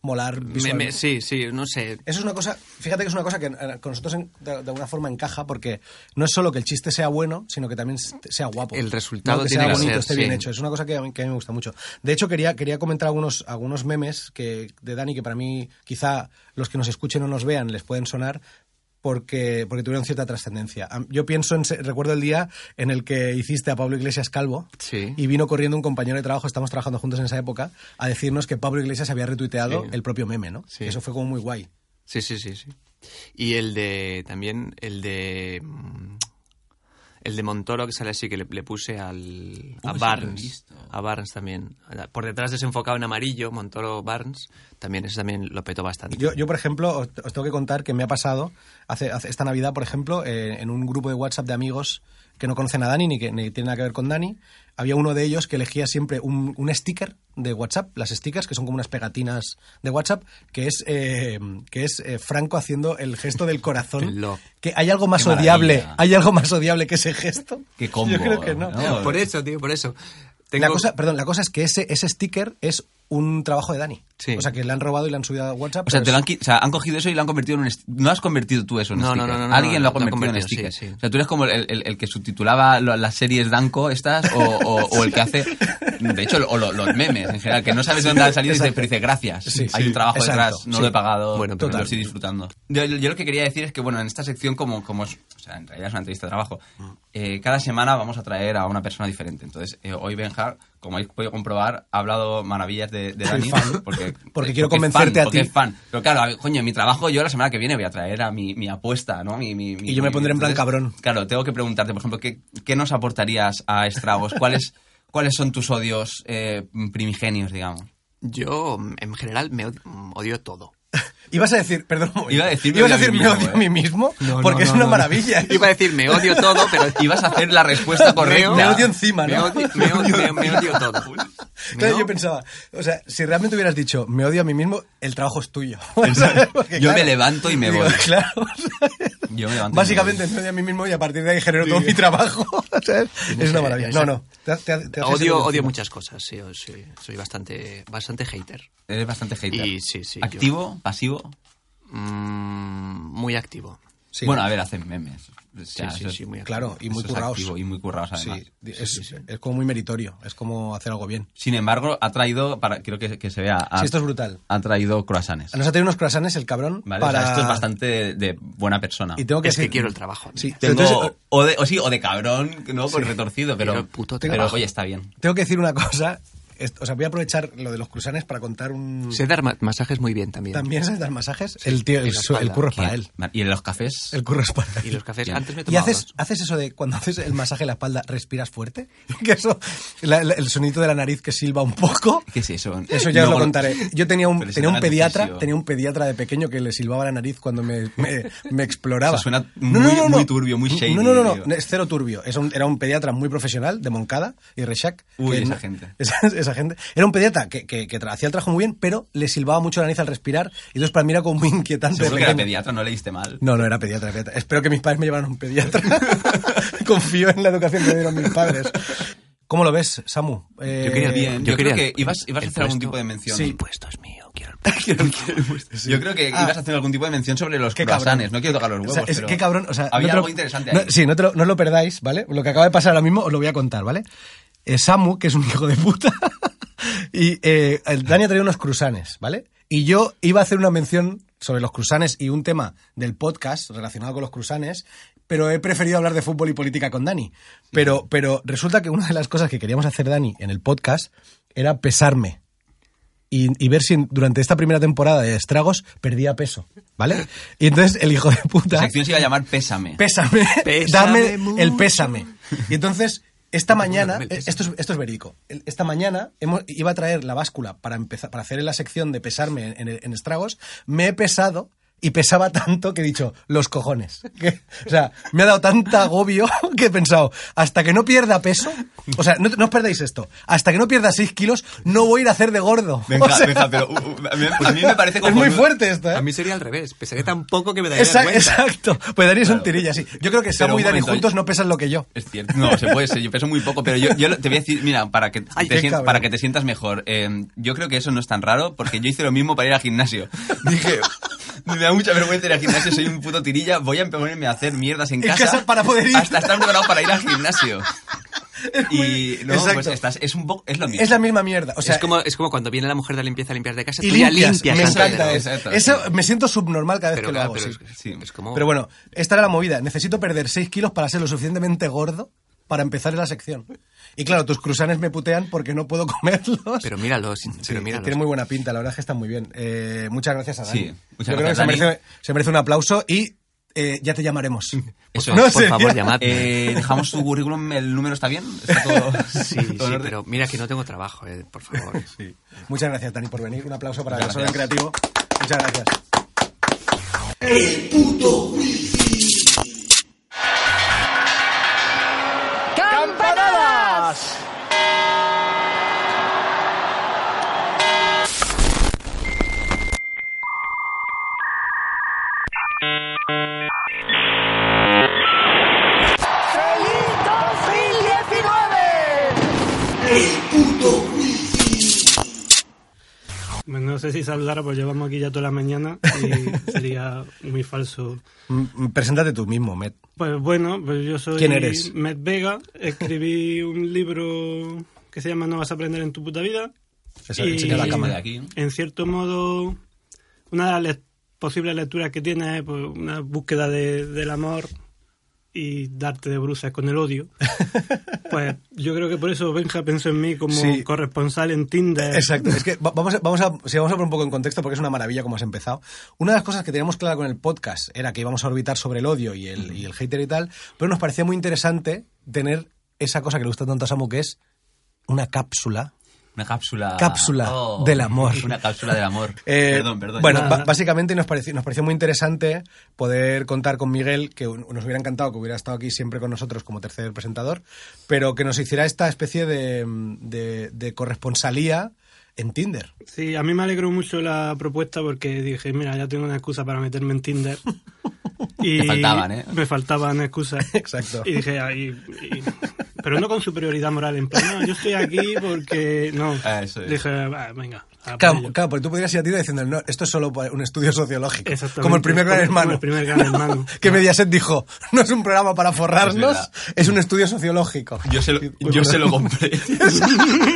Speaker 1: Molar
Speaker 4: me-
Speaker 1: visualmente.
Speaker 4: me- sí, sí, no sé,
Speaker 1: Eso es una cosa, fíjate que es una cosa que eh, con nosotros en- de, de alguna forma encaja porque no es solo que el chiste sea bueno, sino que también s- sea guapo.
Speaker 4: El resultado
Speaker 1: ¿no? que
Speaker 4: tiene
Speaker 1: sea
Speaker 4: que
Speaker 1: bonito,
Speaker 4: ser,
Speaker 1: esté bien
Speaker 4: sí.
Speaker 1: hecho. Es una cosa que a, mí, que a mí me gusta mucho. De hecho, quería, quería comentar algunos, algunos memes que, de Dani que para mí quizá los que nos escuchen o nos vean les pueden sonar. Porque, porque tuvieron cierta trascendencia. Am- Yo pienso, en, se- recuerdo el día en el que hiciste a Pablo Iglesias calvo
Speaker 4: Sí.
Speaker 1: y vino corriendo un compañero de trabajo, estamos trabajando juntos en esa época, a decirnos que Pablo Iglesias había retuiteado
Speaker 4: Sí.
Speaker 1: el propio meme, ¿no?
Speaker 4: Sí.
Speaker 1: Eso fue como muy guay.
Speaker 4: Sí, sí, sí, sí. Y el de también el de mm, el de Montoro que sale así que le, le puse al a
Speaker 2: Uy, sí, lo he
Speaker 4: Barnes,
Speaker 2: visto.
Speaker 4: a Barnes también. Por detrás desenfocado en amarillo, Montoro Barnes, también ese también lo petó bastante.
Speaker 1: Yo, yo, por ejemplo, os, os tengo que contar que me ha pasado hace, hace- esta Navidad, por ejemplo, eh, en un grupo de WhatsApp de amigos que no conocen a Dani ni que ni tienen nada que ver con Dani, había uno de ellos que elegía siempre un, un sticker de WhatsApp, las stickers que son como unas pegatinas de WhatsApp, que es eh, que es eh, Franco haciendo el gesto del
Speaker 4: Qué
Speaker 1: corazón.
Speaker 4: loco.
Speaker 1: que hay algo más
Speaker 2: Qué
Speaker 1: odiable,
Speaker 2: maravilla.
Speaker 1: hay algo más odiable que ese gesto.
Speaker 2: Qué combo,
Speaker 1: Yo creo que no.
Speaker 2: ¿no?
Speaker 4: por eso, tío, por eso.
Speaker 1: La cosa, perdón, la cosa es que ese, ese sticker es un trabajo de Dani.
Speaker 4: Sí.
Speaker 1: O sea, que le han robado y le han subido a WhatsApp.
Speaker 2: O sea,
Speaker 1: pero
Speaker 2: te
Speaker 1: es-
Speaker 2: lo han, qui- o sea, han cogido eso y lo han convertido en un... esti- No has convertido tú eso en
Speaker 4: No, no,
Speaker 2: sticker.
Speaker 4: no, no, no,
Speaker 2: Alguien
Speaker 4: no,
Speaker 2: lo ha
Speaker 4: lo han
Speaker 2: convertido en
Speaker 4: convertido,
Speaker 2: sticker.
Speaker 4: sí, sí.
Speaker 2: O sea, tú eres como el, el- el que subtitulaba lo- las series Danco estas o, o- o el que hace... De hecho, o lo- los memes en general, que no sabes de dónde han salido y dice,
Speaker 1: exacto.
Speaker 2: pero dice gracias.
Speaker 1: Sí,
Speaker 2: Hay
Speaker 1: sí,
Speaker 2: un trabajo
Speaker 1: exacto,
Speaker 2: detrás, no
Speaker 1: sí.
Speaker 2: lo he pagado,
Speaker 4: Bueno,
Speaker 2: pero
Speaker 4: total.
Speaker 2: lo estoy disfrutando. Yo, yo- yo lo que quería decir es que, bueno, en esta sección, como, como es- o sea, en realidad es una entrevista de trabajo, eh, cada semana vamos a traer a una persona diferente. Entonces, eh, hoy Benjar, como habéis podido comprobar, ha hablado maravillas de, de
Speaker 1: Soy
Speaker 2: Dani.
Speaker 1: fan.
Speaker 2: Porque,
Speaker 1: Porque quiero
Speaker 2: es
Speaker 1: convencerte
Speaker 2: fan,
Speaker 1: a
Speaker 2: porque
Speaker 1: ti.
Speaker 2: es fan. Pero claro, a ver, coño, en mi trabajo yo la semana que viene voy a traer a mi, mi apuesta, ¿no? Mi- mi- mi-
Speaker 1: Y yo me
Speaker 2: mi-
Speaker 1: pondré en plan cabrón.
Speaker 2: Claro, tengo que preguntarte, por ejemplo, ¿qué, qué nos aportarías a Estragos? ¿Cuáles, ¿cuáles son tus odios eh, primigenios, digamos?
Speaker 4: Yo mm, en general me od- mm, odio, todo.
Speaker 1: Ibas a decir, perdón, un momento.
Speaker 2: Iba a decir, me
Speaker 1: ibas a
Speaker 2: odio a
Speaker 1: decir me odio
Speaker 2: mí mismo,
Speaker 1: a
Speaker 2: eh.
Speaker 1: mí mismo,
Speaker 4: No, no,
Speaker 1: porque es
Speaker 4: no,
Speaker 1: una
Speaker 4: no, no.
Speaker 1: maravilla. ¿eh?
Speaker 4: Iba a decir me odio todo, pero
Speaker 2: Ibas a hacer la respuesta correcta.
Speaker 1: Me odio encima,
Speaker 4: me
Speaker 1: ¿no?
Speaker 4: odio, me odio- me- me odio todo.
Speaker 1: Claro,
Speaker 4: Me
Speaker 1: yo
Speaker 4: o-
Speaker 1: pensaba, o sea, si realmente hubieras dicho me odio a mí mismo, el trabajo es tuyo. Porque,
Speaker 2: Yo me levanto y me
Speaker 1: digo,
Speaker 2: voy.
Speaker 1: Claro. o sea,
Speaker 2: Yo me levanto y
Speaker 1: Básicamente me odio a mí mismo y a partir de ahí genero todo mi trabajo. O sea, es una maravilla. No, no. te- te- te haces el
Speaker 4: Odio, odio
Speaker 1: encima.
Speaker 4: muchas cosas, sí, soy, soy bastante, bastante hater.
Speaker 2: Eres bastante hater.
Speaker 4: Y sí, sí,
Speaker 2: ¿Activo? ¿Pasivo?
Speaker 4: Mm, muy activo.
Speaker 1: Sí.
Speaker 2: Bueno, a ver, hacen memes. O sea,
Speaker 4: Sí, sí,
Speaker 2: eso es-
Speaker 4: sí, muy activo.
Speaker 1: Claro, y muy
Speaker 2: eso es
Speaker 1: curraos.
Speaker 2: activo y muy currados,
Speaker 1: Sí,
Speaker 2: además.
Speaker 1: es, es como muy meritorio, es como hacer algo bien.
Speaker 2: Sin embargo, ha traído, para, creo que, que se vea, ha,
Speaker 1: Sí, esto es brutal.
Speaker 2: ha traído croissants.
Speaker 1: Nos ha traído unos croissants el cabrón
Speaker 2: ¿vale? O sea,
Speaker 1: para...
Speaker 2: esto es bastante de buena persona.
Speaker 1: Y tengo que
Speaker 4: Ah, es que
Speaker 1: decir-
Speaker 4: quiero el trabajo.
Speaker 1: Sí,
Speaker 4: amigo.
Speaker 2: Tengo-
Speaker 1: entonces- eh,
Speaker 2: o, de, o sí, o de cabrón, ¿no? Con retorcido,
Speaker 4: Pero
Speaker 2: pero,
Speaker 4: el puto
Speaker 2: pero,
Speaker 4: trabajo.
Speaker 2: oye, está bien.
Speaker 1: Tengo que decir una cosa. est- O sea, voy a aprovechar lo de los cruzanes para contar un.
Speaker 4: Sé dar ma- masajes muy bien también.
Speaker 1: También sabes dar masajes. el, tío,
Speaker 4: y
Speaker 1: el,
Speaker 4: la
Speaker 1: su- el
Speaker 4: espalda.
Speaker 1: curro es para él.
Speaker 2: Y en los cafés,
Speaker 1: El curro es para él.
Speaker 4: Y los cafés.
Speaker 2: Bien.
Speaker 4: Antes me
Speaker 1: ¿Y
Speaker 4: tomaba
Speaker 1: haces,
Speaker 4: dos.
Speaker 1: haces eso de cuando haces el masaje en la espalda, respiras fuerte? Que eso, la- la- el sonido de la nariz que silba un poco.
Speaker 2: ¿qué es eso?
Speaker 1: Eso ya os lo
Speaker 2: Luego-
Speaker 1: contaré. Yo tenía un,
Speaker 2: Pero eso
Speaker 1: tenía un
Speaker 2: era
Speaker 1: pediatra,
Speaker 2: difícil.
Speaker 1: tenía un pediatra de pequeño que le silbaba la nariz cuando me, me, me exploraba.
Speaker 2: Eso suena muy- muy turbio, muy shady,
Speaker 1: No, no, no, no,
Speaker 2: digo.
Speaker 1: es cero turbio. Es un- era un pediatra muy profesional de Moncada y Rechac.
Speaker 2: Uy,
Speaker 1: que
Speaker 2: esa
Speaker 1: no-
Speaker 2: gente.
Speaker 1: Esa, esa esa gente. Era un pediatra que, que, que tra- hacía el trabajo muy bien, pero le silbaba mucho la nariz al respirar. Y entonces para mí era como muy inquietante. de
Speaker 2: Seguro que era
Speaker 1: pequeño.
Speaker 2: pediatra, no leíste mal.
Speaker 1: No, no era pediatra, era pediatra. Espero que mis padres me llevaran a un pediatra. Confío en la educación que me dieron mis padres. ¿Cómo lo ves, Samu? Eh,
Speaker 4: Yo quería-
Speaker 2: Bien,
Speaker 4: Yo
Speaker 2: yo, creo
Speaker 4: quería-
Speaker 2: que ibas, ibas
Speaker 4: el
Speaker 2: a hacer algún
Speaker 4: puesto-
Speaker 2: tipo de mención.
Speaker 1: Sí.
Speaker 4: puesto es mío, quiero el
Speaker 2: Quiero- quiero- Yo creo que
Speaker 1: Ah.
Speaker 2: ibas a hacer algún tipo de mención sobre los
Speaker 1: Qué cabrón.
Speaker 2: croissants. No quiero tocar los huevos,
Speaker 1: O sea, es-
Speaker 2: pero
Speaker 1: qué cabrón. O sea,
Speaker 2: había
Speaker 1: no te lo-
Speaker 2: algo interesante
Speaker 1: no-
Speaker 2: ahí.
Speaker 1: sí, no, te lo, no os lo perdáis, ¿vale? Lo que acaba de pasar ahora mismo os lo voy a contar, ¿vale? Eh, Samu, que es un hijo de puta, y eh, el Dani ha traído unos cruzanes, ¿vale? Y yo iba a hacer una mención sobre los cruzanes y un tema del podcast relacionado con los cruzanes, pero he preferido hablar de fútbol y política con Dani. Pero, pero resulta que una de las cosas que queríamos hacer, Dani, en el podcast era pesarme y, y ver si durante esta primera temporada de estragos perdía peso, ¿vale? Y entonces el hijo de
Speaker 2: La
Speaker 1: puta...
Speaker 2: sección se iba a llamar Pésame.
Speaker 1: Pésame,
Speaker 4: Pésame
Speaker 1: dame
Speaker 4: mucho.
Speaker 1: el pésame. Y entonces, esta mañana, eh,
Speaker 4: dame el pésame.
Speaker 1: esto es, esto es verídico, El- esta mañana hemos- iba a traer la báscula para, empezar, para hacer la sección de pesarme en, en- en estragos, me he pesado y pesaba tanto que he dicho, los cojones. Que- o sea, me ha dado tanta agobio que he pensado, hasta que no pierda peso, o sea, no, no os perdáis esto, hasta que no pierda 6 kilos, no voy a ir a hacer de gordo.
Speaker 2: Venga,
Speaker 1: O sea,
Speaker 2: venga, pero uh, uh, a, mí, a mí me parece
Speaker 1: es muy
Speaker 2: cojonudo.
Speaker 1: fuerte esto, ¿eh?
Speaker 4: A mí sería al revés. Pesaría tan poco que me daría
Speaker 1: Esa-
Speaker 4: vergüenza.
Speaker 1: exacto. Pues Dani es un tirilla, sí. Yo creo que Samu
Speaker 2: un
Speaker 1: y Dani
Speaker 2: momento,
Speaker 1: juntos
Speaker 2: yo-
Speaker 1: no pesan lo que yo.
Speaker 2: Es cierto. No, se puede ser. Yo peso muy poco, pero yo, yo lo- te voy a decir, mira, para que,
Speaker 1: Ay,
Speaker 2: te,
Speaker 1: qué
Speaker 2: sien-
Speaker 1: cabrón.
Speaker 2: para que te sientas mejor. eh, yo creo que eso no es tan raro porque yo hice lo mismo para ir al gimnasio. Dije, me da mucha vergüenza ir al gimnasio, soy un puto tirilla, voy a ponerme a hacer mierdas en
Speaker 1: En
Speaker 2: casa,
Speaker 1: casa para poder ir.
Speaker 2: Hasta estar preparado para ir al gimnasio.
Speaker 1: muy-
Speaker 2: Y no,
Speaker 1: Exacto.
Speaker 2: pues estás, es un poco, es lo mismo.
Speaker 1: Es la misma mierda. O sea,
Speaker 4: es, como, es como cuando viene la mujer de la limpieza a limpiar de casa.
Speaker 1: y
Speaker 4: tú ya
Speaker 1: limpias.
Speaker 4: limpias
Speaker 1: me
Speaker 4: antes de-
Speaker 1: encanta.
Speaker 2: ¿no?
Speaker 1: eso.
Speaker 2: Exacto,
Speaker 1: Eso
Speaker 2: sí.
Speaker 1: me siento subnormal cada vez
Speaker 4: Pero,
Speaker 1: que lo
Speaker 4: claro,
Speaker 1: hago.
Speaker 4: pero
Speaker 1: sí.
Speaker 4: es,
Speaker 2: ah, sí.
Speaker 4: es como...
Speaker 1: Pero bueno, esta era la movida. Necesito perder 6 kilos para ser lo suficientemente gordo para empezar en la sección. Y claro, tus cruzanes me putean porque no puedo comerlos.
Speaker 4: pero míralos,
Speaker 1: Sí,
Speaker 4: pero míralos.
Speaker 1: tiene muy buena pinta, la verdad es que están muy bien. Eh, muchas gracias a Dani.
Speaker 2: Sí, muchas
Speaker 1: Yo creo que
Speaker 2: gracias,
Speaker 1: se
Speaker 2: Dani.
Speaker 1: merece, se merece un aplauso y eh, ya te llamaremos.
Speaker 4: Eso,
Speaker 1: No,
Speaker 4: por
Speaker 1: sería-
Speaker 4: favor, llamadme.
Speaker 2: Eh, dejamos tu currículum, el número está bien, está todo.
Speaker 4: sí,
Speaker 2: todo en
Speaker 4: sí,
Speaker 2: orden?
Speaker 4: pero mira que no tengo trabajo, eh, por favor.
Speaker 1: Muchas gracias, Dani, por venir. Un aplauso para el
Speaker 2: Muchas
Speaker 1: Solo en
Speaker 2: gracias.
Speaker 1: Creativo. Muchas gracias.
Speaker 5: No sé si saludar, pues llevamos aquí ya toda la mañana y sería muy falso.
Speaker 1: Mm, mm, Preséntate tú mismo, Met.
Speaker 5: Pues bueno, pues yo soy
Speaker 1: ¿Quién eres?
Speaker 5: Med Vega, escribí un libro que se llama No vas a aprender en tu puta vida.
Speaker 1: Esa-
Speaker 5: Y-
Speaker 1: enseña la cámara.
Speaker 2: aquí.
Speaker 5: En cierto modo, una de las le- posibles lecturas que tiene es pues, una búsqueda de- del amor y darte de bruces con el odio. Pues yo creo que por eso Benja pensó en mí como
Speaker 1: Sí.
Speaker 5: corresponsal en Tinder.
Speaker 1: Exacto, es que va- vamos a, vamos, a, sí, vamos a poner un poco en contexto porque es una maravilla como has empezado. Una de las cosas que teníamos clara con el podcast era que íbamos a orbitar sobre el odio y el, y el hater y tal, pero nos parecía muy interesante tener esa cosa que le gusta tanto a Samu, que es una cápsula.
Speaker 2: Una cápsula. Oh,
Speaker 1: Cápsula del amor.
Speaker 2: Una cápsula del amor.
Speaker 1: Eh,
Speaker 2: perdón, perdón.
Speaker 1: Bueno,
Speaker 5: Nada,
Speaker 1: ba-
Speaker 5: nada.
Speaker 1: básicamente nos pareció, nos pareció muy interesante poder contar con Miguel, que un- nos hubiera encantado que hubiera estado aquí siempre con nosotros como tercer presentador, pero que nos hiciera esta especie de, de- de corresponsalía en Tinder.
Speaker 5: Sí, a mí me alegró mucho la propuesta porque dije, mira, ya tengo una excusa para meterme en Tinder. Y
Speaker 2: Te faltaban, ¿eh?
Speaker 5: Me faltaban excusas.
Speaker 1: Exacto.
Speaker 5: Y dije, ahí... y- Pero no con superioridad moral, en plan, no, yo estoy aquí porque... No,
Speaker 2: Ah, eso es.
Speaker 5: dije, "Va, venga. a por
Speaker 1: Claro,
Speaker 5: ello".
Speaker 1: claro, porque tú podrías ir a Tinder diciendo, no, esto es solo pa- un estudio sociológico.
Speaker 5: Exactamente.
Speaker 1: Como el primer gran
Speaker 5: Como- como
Speaker 1: hermano.
Speaker 5: el primer gran hermano.
Speaker 1: que Mediaset dijo, no es un programa para forrarnos,
Speaker 2: verdad.
Speaker 1: es, un estudio sociológico.
Speaker 2: Yo se lo, yo se lo compré.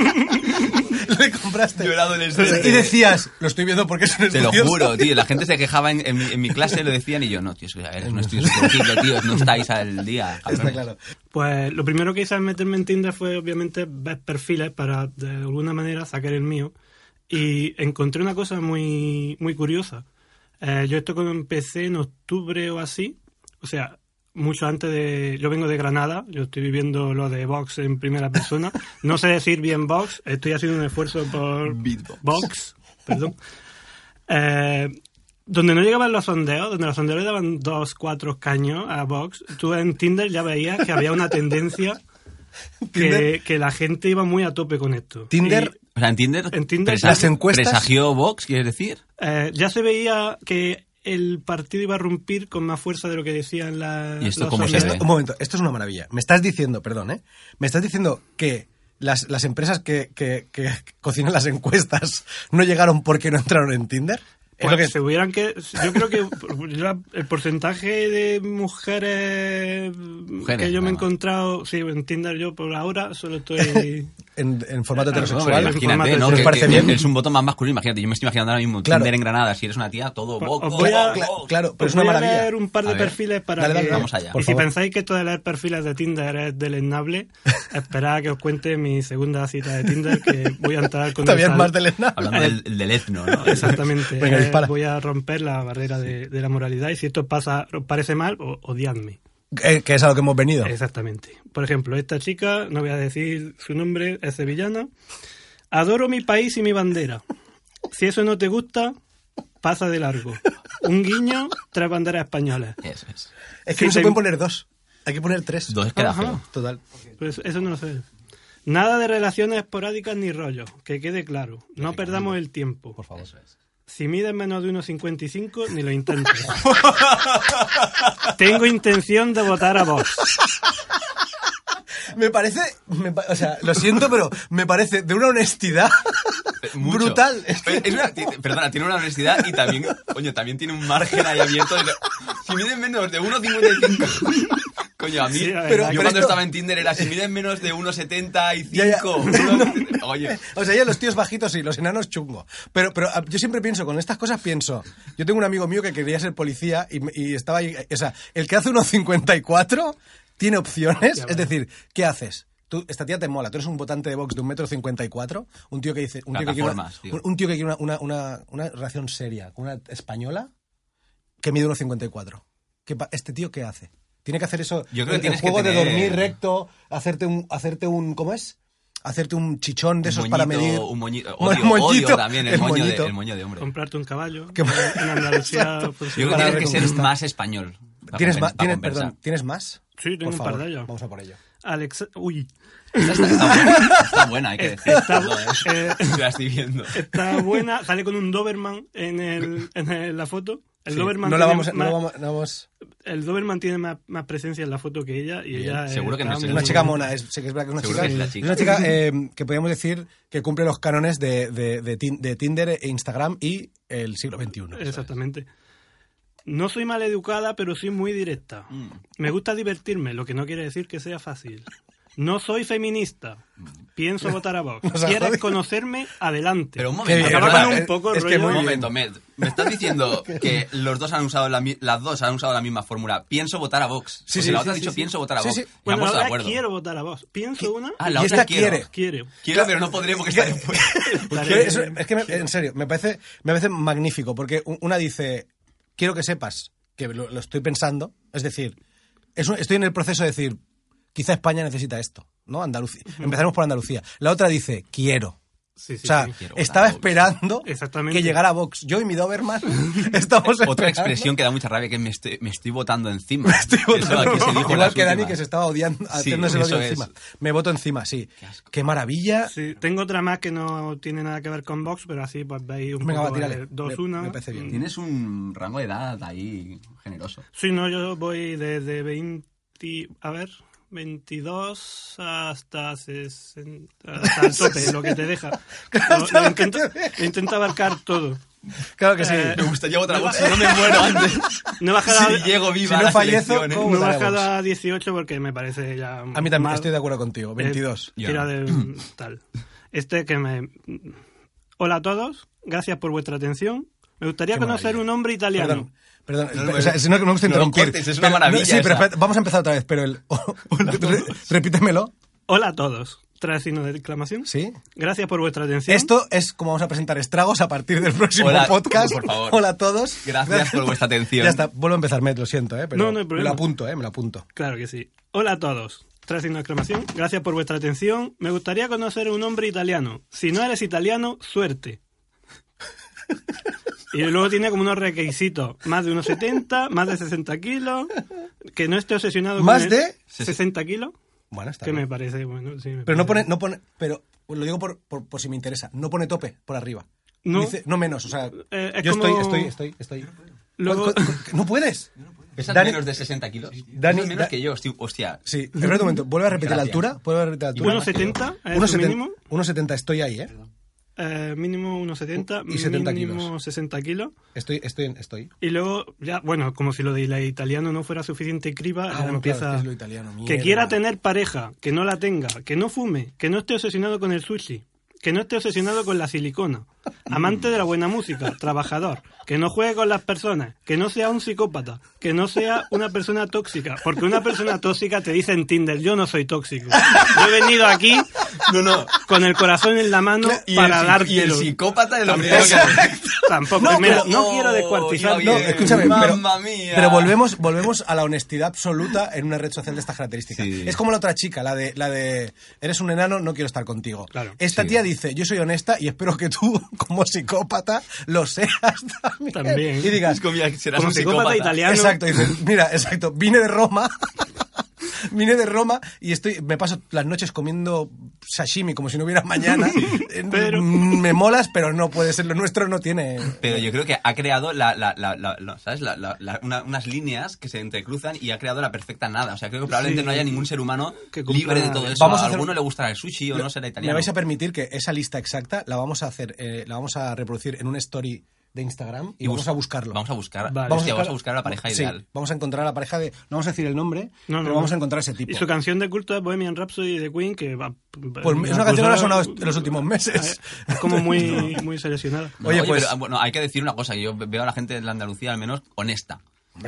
Speaker 1: Le compraste.
Speaker 2: Yo era adolescente.
Speaker 1: Y decías, lo estoy viendo porque es un
Speaker 2: Te
Speaker 1: estudio
Speaker 2: lo juro, tío. La gente se quejaba en, en mi, en mi clase, lo decían, y yo, no, tío, es que, a ver, es un estudio sociológico, tío, no estáis al día.
Speaker 1: Está
Speaker 2: cabrones.
Speaker 1: claro.
Speaker 5: Pues lo primero que hice al meterme en Tinder fue obviamente ver perfiles para de alguna manera sacar el mío y encontré una cosa muy, muy curiosa. Eh, yo esto como empecé en octubre o así, o sea, mucho antes de... Yo vengo de Granada, yo estoy viviendo lo de Vox en primera persona. No sé decir bien Vox, estoy haciendo un esfuerzo por... Vox, perdón. Eh, donde no llegaban los sondeos, donde los sondeos le daban dos, cuatro caños a Vox, tú en Tinder ya veías que había una tendencia
Speaker 1: Tinder-
Speaker 5: que, que la gente iba muy a tope con esto.
Speaker 1: Tinder
Speaker 5: Y
Speaker 2: O sea, en Tinder,
Speaker 5: En Tinder,
Speaker 2: presag-
Speaker 1: las encuestas-
Speaker 2: presagió Vox, quieres decir.
Speaker 5: Eh, ya se veía que el partido iba a romper con más fuerza de lo que decían las.
Speaker 2: ¿Y esto
Speaker 5: las
Speaker 2: cómo se
Speaker 5: sondeos.
Speaker 2: ve?
Speaker 1: Un momento, esto es una maravilla. Me estás diciendo, perdón, ¿eh? Me estás diciendo que las, las empresas que, que- que cocinan las encuestas no llegaron porque no entraron en Tinder. Es
Speaker 5: Pues
Speaker 1: lo que-
Speaker 5: se hubieran que yo creo que la- el porcentaje de mujeres,
Speaker 2: Mujeres,
Speaker 5: que yo me
Speaker 2: nada más.
Speaker 5: he encontrado sí en Tinder yo por ahora solo estoy
Speaker 1: en, en formato
Speaker 5: Claro,
Speaker 2: No,
Speaker 1: heterosexual.
Speaker 5: hombre,
Speaker 2: imagínate,
Speaker 5: formato
Speaker 2: ¿no?
Speaker 1: de-
Speaker 2: Que,
Speaker 1: ¿Os parece
Speaker 2: que-
Speaker 1: bien?
Speaker 2: que es un voto más masculino. Imagínate, yo me estoy imaginando ahora mismo
Speaker 1: Claro.
Speaker 2: Tinder en Granada. Si eres una tía, todo
Speaker 5: Os
Speaker 2: Vox.
Speaker 5: voy a-
Speaker 2: Vox,
Speaker 1: Cla-
Speaker 2: Vox.
Speaker 1: claro, pero
Speaker 5: Os
Speaker 1: es una
Speaker 5: Pues voy a
Speaker 1: maravilla.
Speaker 5: leer un par
Speaker 2: A
Speaker 5: de
Speaker 2: ver.
Speaker 5: perfiles para
Speaker 1: Dale, dale,
Speaker 5: que-
Speaker 1: dale.
Speaker 2: Vamos allá.
Speaker 5: Y
Speaker 1: Por
Speaker 5: si
Speaker 1: favor.
Speaker 5: pensáis que todos los perfiles de Tinder es deleznable, esperad a que os cuente mi segunda cita de Tinder que eh, voy a entrar con
Speaker 1: Todavía es
Speaker 5: el
Speaker 1: más
Speaker 5: sal-
Speaker 1: de Elena.
Speaker 2: Hablando del, del etno, ¿no?
Speaker 5: Exactamente.
Speaker 1: Venga,
Speaker 5: Eh,
Speaker 1: dispara.
Speaker 5: voy a romper la barrera de, de la moralidad y si esto pasa, os parece mal, o- odiadme.
Speaker 1: Eh, que es a lo que hemos venido.
Speaker 5: Exactamente. Por ejemplo, esta chica, no voy a decir su nombre, es sevillana. Adoro mi país y mi bandera. Si eso no te gusta, pasa de largo. Un guiño, tres banderas españolas.
Speaker 2: Eso es.
Speaker 1: Es que
Speaker 5: Sí,
Speaker 1: no se
Speaker 5: te-
Speaker 1: pueden poner dos. Hay que poner tres.
Speaker 2: Dos queda
Speaker 5: Ajá.
Speaker 2: feo.
Speaker 1: Total.
Speaker 5: Pues eso no lo sé. Nada de relaciones esporádicas ni rollos, que quede claro. No perdamos el tiempo. Por favor. Si mides menos de 1,55, ni lo intentes. Tengo intención de votar a vos.
Speaker 1: Me parece. me pa- o sea, lo siento, pero me parece de una honestidad
Speaker 5: Eh,
Speaker 2: Mucho.
Speaker 1: brutal. Es que-
Speaker 2: Pero es una- ti- perdona, tiene una honestidad y también, coño, también tiene un margen ahí abierto. de- si miden menos de 1,55. Coño, a mí,
Speaker 5: Sí, la verdad.
Speaker 2: yo
Speaker 5: Pero-
Speaker 1: pero
Speaker 2: cuando
Speaker 1: esto-
Speaker 2: estaba en Tinder era si miden menos de 1,75.
Speaker 1: Ya, ya.
Speaker 2: uno- Oye,
Speaker 1: O sea, ya los tíos bajitos sí, los enanos chungo. Pero, pero ah, yo siempre pienso, con estas cosas pienso. Yo tengo un amigo mío que quería ser policía y, me- y estaba ahí. O sea, el que hace unos 54 tiene opciones. Es decir, ¿qué haces? Tú, esta tía te mola, tú eres un votante de Vox de un metro cincuenta y cuatro, un tío que dice, un tío que quiere una,
Speaker 2: Plataformas, tío.
Speaker 1: un- un tío que quiere una, una, una, una relación seria con una española que mide 1,54. ¿Qué pa- ¿Este tío qué hace? Tiene que hacer eso.
Speaker 2: Yo creo que
Speaker 1: el- el
Speaker 2: tienes que
Speaker 1: juego de
Speaker 2: tener-
Speaker 1: dormir recto, hacerte un, hacerte un. ¿Cómo es? Hacerte un chichón de
Speaker 2: un
Speaker 1: esos
Speaker 2: moñito,
Speaker 1: para medir.
Speaker 2: Un moñito,
Speaker 1: Mo-
Speaker 2: odio,
Speaker 1: moñito,
Speaker 2: odio también el, moño de, el moño de hombre.
Speaker 5: Comprarte un caballo.
Speaker 1: Qué bueno.
Speaker 5: En Andalucía.
Speaker 1: Exacto.
Speaker 5: pues,
Speaker 2: Yo creo que
Speaker 1: Para
Speaker 2: tienes
Speaker 1: ver
Speaker 2: que
Speaker 1: cómo
Speaker 2: ser
Speaker 1: está.
Speaker 2: más español. para
Speaker 1: ¿Tienes
Speaker 2: compens-
Speaker 1: más?
Speaker 2: para
Speaker 1: ¿tienes,
Speaker 2: compensar.
Speaker 1: perdón, ¿Tienes más?
Speaker 5: Sí, tengo
Speaker 1: Por
Speaker 5: un
Speaker 1: favor,
Speaker 5: par de ellos.
Speaker 1: Vamos a por ello.
Speaker 5: Alex, uy,
Speaker 2: Esta está, está buena, está buena, hay que decir.
Speaker 5: Está- eh,
Speaker 2: la estoy viendo.
Speaker 5: está buena. Sale con un Doberman en, el- en el- la foto. El
Speaker 1: Sí,
Speaker 5: Doberman
Speaker 1: no la
Speaker 5: tiene
Speaker 1: vamos. a- No
Speaker 5: más-
Speaker 1: la vamos, no vamos-
Speaker 5: El Doberman tiene más, más presencia en la foto que ella y
Speaker 2: Bien,
Speaker 5: ella eh,
Speaker 2: seguro que no
Speaker 5: está
Speaker 2: es
Speaker 1: es
Speaker 5: muy-
Speaker 1: una chica mona, es, sé que es verdad que es una
Speaker 2: Seguro
Speaker 1: chica.
Speaker 2: que es la chica.
Speaker 1: una chica eh, que podríamos decir que cumple los cánones de, de- de Tin- de Tinder e Instagram y el siglo XXI.
Speaker 5: Exactamente. No soy maleducada, pero soy muy directa.
Speaker 1: Mm.
Speaker 5: Me gusta divertirme, lo que no quiere decir que sea fácil. No soy feminista.
Speaker 1: Mm.
Speaker 5: Pienso votar a Vox.
Speaker 1: Nos ha
Speaker 5: ¿Quieres
Speaker 1: jodido.
Speaker 5: conocerme? Adelante.
Speaker 2: Pero un momento,
Speaker 1: bien,
Speaker 5: Acaba con
Speaker 2: perdona,
Speaker 5: un poco
Speaker 1: es que
Speaker 5: rollo-
Speaker 1: muy
Speaker 2: Un
Speaker 1: bien.
Speaker 2: momento, Med. Me estás diciendo que los dos han usado la, mi- las dos han usado la misma fórmula. Pienso votar a Vox.
Speaker 1: Sí,
Speaker 2: Porque
Speaker 1: sí,
Speaker 2: la otra
Speaker 1: sí,
Speaker 2: ha dicho
Speaker 1: sí,
Speaker 2: pienso votar a
Speaker 1: Sí,
Speaker 2: Vox.
Speaker 1: sí.
Speaker 2: Me
Speaker 5: Bueno,
Speaker 2: ha puesto de
Speaker 5: ahora
Speaker 2: acuerdo.
Speaker 5: quiero votar a Vox. Pienso una,
Speaker 2: Ah, la
Speaker 1: Y
Speaker 2: otra
Speaker 1: esta
Speaker 2: quiero.
Speaker 1: quiere.
Speaker 5: quiero.
Speaker 2: Quiero, pero no podré porque está después.
Speaker 1: Pero
Speaker 5: Vale.
Speaker 1: eso- es que, me- en serio, me parece, me parece magnífico, porque u- una dice, quiero que sepas que lo, lo estoy pensando, es decir, es un- estoy en el proceso de decir, quizá España necesita esto, ¿no? Andalucía. Empezaremos por Andalucía. La otra dice, quiero.
Speaker 5: Sí, sí,
Speaker 1: o sea,
Speaker 5: sí.
Speaker 2: Quiero
Speaker 1: estaba
Speaker 2: votar a Vox.
Speaker 1: esperando
Speaker 5: Exactamente.
Speaker 1: que llegara Vox. Yo y mi Doberman estamos
Speaker 2: Otra
Speaker 1: esperando.
Speaker 2: expresión que da mucha rabia que es me estoy, me estoy votando encima.
Speaker 1: Estoy votando.
Speaker 2: Eso aquí se dijo en
Speaker 1: Igual
Speaker 2: las
Speaker 1: que Dani,
Speaker 2: últimas.
Speaker 1: que se estaba odiando,
Speaker 2: Sí,
Speaker 1: haciéndose el odio
Speaker 2: eso es.
Speaker 1: encima. Me voto encima, sí.
Speaker 2: Qué
Speaker 1: Qué,
Speaker 2: asco.
Speaker 1: maravilla.
Speaker 5: Sí, tengo otra más que no tiene nada que ver con Vox, pero así pues veis un
Speaker 1: Venga, va,
Speaker 5: poco de
Speaker 1: tírale.
Speaker 5: dos,
Speaker 1: Me-
Speaker 5: una.
Speaker 1: me parece bien.
Speaker 2: Tienes un rango de edad ahí generoso.
Speaker 5: Sí, no, yo voy desde 20, a ver, 22 hasta 60, hasta el tope, lo que te deja. Lo, lo intento, lo intento abarcar todo.
Speaker 1: Claro que sí.
Speaker 5: Eh,
Speaker 2: Me gustaría votar a
Speaker 5: No
Speaker 2: Vox si
Speaker 5: va-
Speaker 2: no me muero antes.
Speaker 5: No he bajado,
Speaker 2: Si
Speaker 5: a-
Speaker 2: llego viva
Speaker 1: si
Speaker 2: a
Speaker 1: no
Speaker 2: las
Speaker 1: fallezo,
Speaker 2: elecciones.
Speaker 1: ¿cómo?
Speaker 5: no he
Speaker 1: Vamos a
Speaker 5: bajado
Speaker 1: Vox.
Speaker 5: a 18 porque me parece ya... Eh,
Speaker 1: A mí también estoy de acuerdo contigo. 22.
Speaker 2: Ya.
Speaker 5: Tira de tal. Este que me... Hola a todos, gracias por vuestra atención. Me gustaría
Speaker 1: Qué
Speaker 5: conocer
Speaker 1: maravilla.
Speaker 5: un hombre italiano.
Speaker 1: Perdón. Perdón,
Speaker 2: No, no,
Speaker 1: o sea,
Speaker 2: no,
Speaker 1: si no, que no me gusta
Speaker 2: no lo
Speaker 1: interrumpir.
Speaker 2: cortes, es una
Speaker 1: Pero, no,
Speaker 2: maravilla
Speaker 1: Sí, pero
Speaker 2: esa.
Speaker 1: espérate, vamos a empezar otra vez, pero el... Re- repítemelo,
Speaker 5: Hola a todos. Trae signo de exclamación.
Speaker 1: ¿sí?
Speaker 5: Gracias por vuestra atención.
Speaker 1: Esto es como vamos a presentar estragos a partir del próximo
Speaker 2: Hola,
Speaker 1: podcast.
Speaker 2: por favor.
Speaker 1: Hola a todos.
Speaker 2: Gracias por vuestra atención.
Speaker 1: Ya está, vuelvo a empezar, Met, lo siento, ¿eh? Pero
Speaker 5: No, no hay
Speaker 1: me
Speaker 5: problema.
Speaker 1: lo apunto, ¿eh? Me lo apunto.
Speaker 5: Claro que sí. Hola a todos. Tras signo de exclamación, gracias por vuestra atención. Me gustaría conocer un hombre italiano. Si no eres italiano, suerte. Y luego tiene como unos requisitos. Más de unos 70, más de 60 kilos. Que no esté obsesionado
Speaker 1: ¿Más
Speaker 5: con... el-
Speaker 1: de?
Speaker 5: 60 kilos.
Speaker 1: Bueno, está
Speaker 5: Que me
Speaker 1: bien.
Speaker 5: parece, bueno, sí. me
Speaker 1: Pero no pone,
Speaker 5: parece.
Speaker 1: no pone... Pero pues lo digo por, por, por si me interesa, no pone tope por arriba.
Speaker 5: No.
Speaker 1: Dice- no menos, o sea,
Speaker 5: Eh, es
Speaker 1: yo
Speaker 5: como-
Speaker 1: estoy, estoy, estoy, estoy.
Speaker 5: Luego-
Speaker 1: ¿Cu- cu- cu- ¿No puedes?
Speaker 2: ¿Pesan
Speaker 1: Dani-
Speaker 2: menos de 60 kilos?
Speaker 1: Dani-
Speaker 2: Pesan menos
Speaker 1: Da-
Speaker 2: que yo, hostia. hostia.
Speaker 1: Sí, espera un momento, vuelve a repetir la
Speaker 2: Gracias.
Speaker 1: altura, vuelve a repetir la altura.
Speaker 5: Bueno, 70 es
Speaker 1: Unos
Speaker 5: lo
Speaker 1: seten-
Speaker 5: mínimo.
Speaker 1: unos 70, estoy ahí, ¿eh?
Speaker 5: Eh, mínimo unos 70,
Speaker 1: Y 70
Speaker 5: mínimo
Speaker 1: kilos.
Speaker 5: 60 kilos.
Speaker 1: Estoy, estoy, en- estoy.
Speaker 5: Y luego, ya, bueno, como si lo de la italiano no fuera suficiente criba, ya
Speaker 1: Ah, bueno,
Speaker 5: empieza...
Speaker 1: claro, es que es lo italiano,
Speaker 5: que
Speaker 1: mierda.
Speaker 5: quiera tener pareja, que no la tenga, que no fume, que no esté obsesionado con el sushi, que no esté obsesionado con la silicona, amante de la buena música, trabajador, que no juegue con las personas, que no sea un psicópata, que no sea una persona tóxica, porque una persona tóxica te dice en Tinder, yo no soy tóxico, yo he venido aquí con el corazón en la mano
Speaker 2: Y
Speaker 5: para
Speaker 2: el,
Speaker 5: dártelo.
Speaker 2: Y el psicópata de lo primero que
Speaker 5: Tampoco, tampoco.
Speaker 1: No,
Speaker 5: Mira,
Speaker 1: pero-
Speaker 5: no quiero descuartizar.
Speaker 1: No,
Speaker 2: Bien,
Speaker 1: escúchame, pero,
Speaker 2: mamma mía.
Speaker 1: pero volvemos, volvemos a la honestidad absoluta en una red social de estas características.
Speaker 2: Sí.
Speaker 1: Es como la otra chica, la de, la de eres un enano, no quiero estar contigo.
Speaker 5: Claro,
Speaker 1: Esta
Speaker 2: sí.
Speaker 1: tía dice, yo soy honesta y espero que tú, como psicópata, lo seas también.
Speaker 5: También.
Speaker 1: Y digas,
Speaker 2: Es como ya serás
Speaker 5: Como
Speaker 2: un
Speaker 5: psicópata
Speaker 2: psicópata.
Speaker 5: italiano.
Speaker 1: Exacto, dices, mira, exacto, vine de Roma. Vine de Roma y estoy, me paso las noches comiendo sashimi como si no hubiera mañana.
Speaker 5: Pero-
Speaker 1: Mm, Me molas, pero no puede ser. Lo nuestro no tiene.
Speaker 2: Pero yo creo que ha creado la, la- la- la- la- ¿sabes? La- la- la- una- unas líneas que se entrecruzan y ha creado la perfecta nada. O sea, creo que probablemente
Speaker 5: Sí.
Speaker 2: no haya ningún ser humano
Speaker 5: Que cumpla-
Speaker 2: libre de todo eso.
Speaker 1: Vamos
Speaker 2: a,
Speaker 1: a hacer-
Speaker 2: alguno le gustará el sushi o no será
Speaker 1: Me
Speaker 2: italiano.
Speaker 1: vais a permitir que esa lista exacta la vamos a hacer, eh, la vamos a reproducir en una story de Instagram y,
Speaker 2: Y
Speaker 1: vamos
Speaker 2: bus-
Speaker 1: a buscarlo.
Speaker 2: Vamos a buscar.
Speaker 5: Vale.
Speaker 2: Hostia, vamos a buscar a la pareja
Speaker 1: sí,
Speaker 2: ideal.
Speaker 1: vamos a encontrar a la pareja de. No vamos a decir el nombre,
Speaker 5: No, no,
Speaker 1: pero
Speaker 5: no.
Speaker 1: vamos a encontrar ese tipo.
Speaker 5: Y su canción de culto es Bohemian Rhapsody de Queen, que va.
Speaker 1: Pues es una canción que no ha sonado est- en los últimos meses.
Speaker 5: Es como muy, muy seleccionada.
Speaker 2: No,
Speaker 1: Oye, pues-
Speaker 2: pero, ah, bueno, hay que decir una cosa. que Yo veo a la gente de la Andalucía al menos honesta.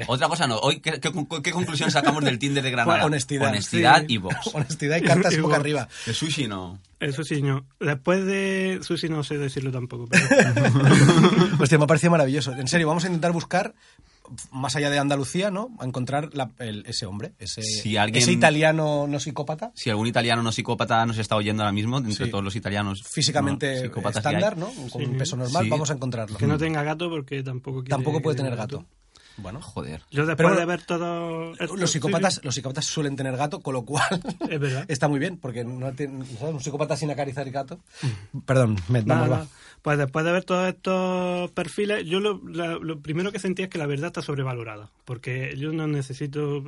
Speaker 2: Otra cosa no. Hoy, ¿qué, qué, qué conclusión sacamos del Tinder de Granada?
Speaker 1: Bueno, honestidad,
Speaker 2: Honestidad
Speaker 5: sí.
Speaker 2: y box.
Speaker 1: Honestidad y cartas
Speaker 5: Y
Speaker 1: boca
Speaker 5: vos.
Speaker 1: arriba.
Speaker 2: El sushi no.
Speaker 5: Eso sí, no. Después de Susi no sé decirlo tampoco. Pero...
Speaker 1: Hostia, me ha parecido maravilloso. En serio, vamos a intentar buscar, más allá de Andalucía, ¿no? A encontrar la- el- ese hombre, ese,
Speaker 2: Si alguien-
Speaker 1: ese italiano no psicópata,
Speaker 2: Si algún italiano no psicópata nos está oyendo ahora mismo, entre
Speaker 1: Sí.
Speaker 2: todos los italianos no,
Speaker 1: físicamente
Speaker 2: psicópatas que hay,
Speaker 1: estándar, ¿no? Con un peso normal,
Speaker 2: Sí.
Speaker 1: vamos a encontrarlo.
Speaker 5: que no tenga gato porque tampoco quiere
Speaker 1: Tampoco
Speaker 5: que
Speaker 1: puede
Speaker 5: tenga
Speaker 1: tener gato. Bueno,
Speaker 2: Joder.
Speaker 5: Yo después
Speaker 1: Pero
Speaker 5: de ver todo. esto-
Speaker 1: los psicópatas, los psicópatas suelen tener gato, con lo cual
Speaker 5: Es verdad.
Speaker 1: está muy bien, porque no tienen- ¿sabes? un psicópata sin acarizar gato. Perdón, me,
Speaker 5: Nada,
Speaker 1: vamos, va.
Speaker 5: nada. Pues después de ver todos estos perfiles, yo lo, la- lo primero que sentía es que la verdad está sobrevalorada. Porque yo no necesito.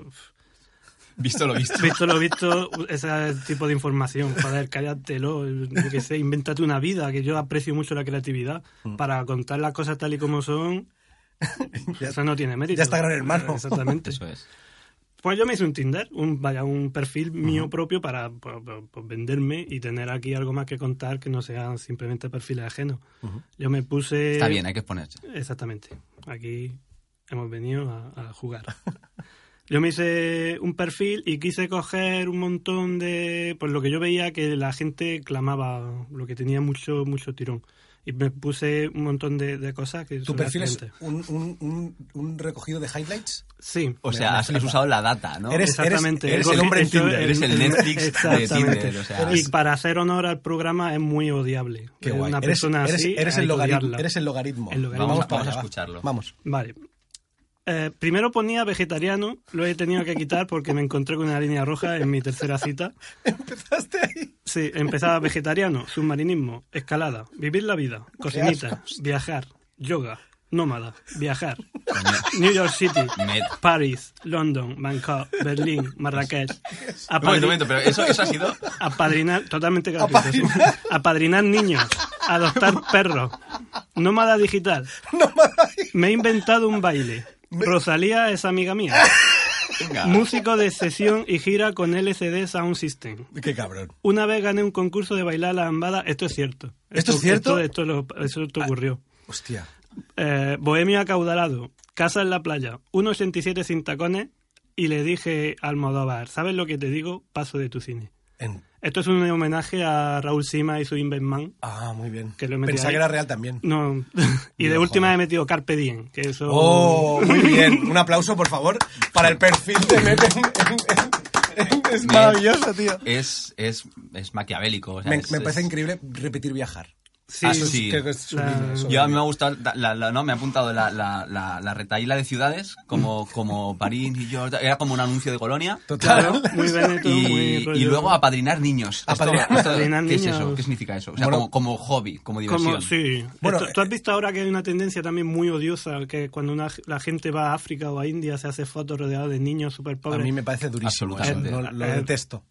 Speaker 2: Visto lo visto.
Speaker 5: Visto lo visto, ese tipo de información, joder, cállatelo, yo qué sé, invéntate una vida, que yo aprecio mucho la creatividad
Speaker 1: Mm.
Speaker 5: para contar las cosas tal y como son. Eso no tiene mérito. Eh,
Speaker 1: ya está Gran Hermano.
Speaker 5: Exactamente.
Speaker 2: Eso es.
Speaker 5: Pues yo me hice un Tinder, un, vaya, un perfil mío propio para pues, pues, pues, venderme y tener aquí algo más que contar que no sean simplemente perfiles ajenos. Yo me puse...
Speaker 1: Eh,
Speaker 2: Está bien, hay que exponerse.
Speaker 5: Exactamente. Aquí hemos venido a, a jugar. Yo me hice un perfil y quise coger un montón de. Pues lo que yo veía que la gente clamaba, lo que tenía mucho, mucho tirón. Y me puse un montón de, de cosas que.
Speaker 1: Tu
Speaker 5: son
Speaker 1: perfil es
Speaker 5: accidentes.
Speaker 1: un, un- un- un recogido de highlights.
Speaker 5: Sí.
Speaker 2: O
Speaker 1: Me-
Speaker 2: sea,
Speaker 1: me
Speaker 2: has, has
Speaker 1: flipa.
Speaker 2: usado la data, ¿no?
Speaker 1: Eres-
Speaker 5: Exactamente.
Speaker 1: eres el hombre en
Speaker 5: Eso
Speaker 1: Tinder,
Speaker 2: eres el Netflix de
Speaker 5: Exactamente.
Speaker 2: Tinder, o sea,
Speaker 5: y
Speaker 2: es-
Speaker 5: para hacer honor al programa es muy odiable.
Speaker 1: Qué
Speaker 5: Es
Speaker 1: guay.
Speaker 5: Una
Speaker 1: Eres,
Speaker 5: persona
Speaker 1: eres-
Speaker 5: así,
Speaker 1: eres
Speaker 5: hay
Speaker 1: el
Speaker 5: que
Speaker 1: logaritmo,
Speaker 5: odiarla.
Speaker 1: eres el logaritmo.
Speaker 5: El logaritmo.
Speaker 2: Vamos a-
Speaker 1: para
Speaker 2: vamos a
Speaker 1: allá, va.
Speaker 2: escucharlo.
Speaker 1: Vamos.
Speaker 5: Vale. Eh, primero ponía vegetariano, lo he tenido que quitar porque me encontré con una línea roja en mi tercera cita.
Speaker 1: Empezaste ahí.
Speaker 5: Sí, empezaba vegetariano, submarinismo, escalada, vivir la vida, cocinita, viajar, yoga, nómada, viajar, New York City,
Speaker 2: Met.
Speaker 5: París, London, Bangkok, Berlín, Marrakech.
Speaker 2: Un momento, un
Speaker 5: apadri-
Speaker 2: momento, pero eso, eso ha sido...
Speaker 5: Apadrinar, totalmente gratuito.
Speaker 1: Apadrinar.
Speaker 5: Apadrinar niños, adoptar perros, nómada digital,
Speaker 1: No me
Speaker 5: me he inventado un baile. Rosalía es amiga mía.
Speaker 2: Venga.
Speaker 5: Músico de sesión y gira con LCD Sound System.
Speaker 1: Qué cabrón.
Speaker 5: Una vez gané un concurso de bailar la lambada. Esto es cierto.
Speaker 1: ¿Esto es cierto?
Speaker 5: Esto, esto lo- eso te ocurrió.
Speaker 1: Hostia.
Speaker 5: Eh, bohemio acaudalado. Casa en la playa. 1,87 sin tacones. Y le dije al Modóvar, ¿sabes lo que te digo? Paso de tu cine.
Speaker 1: En-
Speaker 5: Esto es un homenaje a Raúl Sima y su Inventman.
Speaker 1: Ah, muy bien.
Speaker 5: Que lo he metido
Speaker 1: Pensaba
Speaker 5: ahí.
Speaker 1: que era real también.
Speaker 5: No. y de
Speaker 1: No,
Speaker 5: última
Speaker 1: joder.
Speaker 5: he metido Carpe Diem. Que eso...
Speaker 1: Oh, muy bien. Un aplauso, por favor, para el perfil de Mete. Es maravilloso, tío.
Speaker 2: Es, es, es maquiavélico. o sea,
Speaker 1: Me,
Speaker 2: es-
Speaker 1: me
Speaker 2: es-
Speaker 1: parece increíble repetir viajar.
Speaker 5: Sí,
Speaker 2: Ah, sí.
Speaker 1: Creo que es su
Speaker 5: La-
Speaker 1: línea, eso.
Speaker 2: Yo a mí me ha gustado, la- la- la- no, me ha apuntado la, la, la, la retaíla de ciudades, como, como París y York, era como un anuncio de colonia.
Speaker 1: Total.
Speaker 5: muy veneto, muy
Speaker 2: Y,
Speaker 5: rollo-
Speaker 2: y luego apadrinar niños. Esto-
Speaker 1: Apadrinar-
Speaker 2: esto-
Speaker 5: apadrinar
Speaker 2: ¿Qué es
Speaker 5: niños.
Speaker 2: eso? ¿Qué significa eso? O sea,
Speaker 1: Bueno,
Speaker 2: como, como hobby, como diversión.
Speaker 5: Como, sí.
Speaker 1: Bueno, eh,
Speaker 5: Esto- ¿Tú has visto ahora que hay una tendencia también muy odiosa, que cuando una, la gente va a África o a India se hace fotos rodeada de niños súper
Speaker 1: A
Speaker 5: pobres?
Speaker 1: mí me parece durísimo. eso,
Speaker 2: Absolutamente.
Speaker 1: no- lo detesto.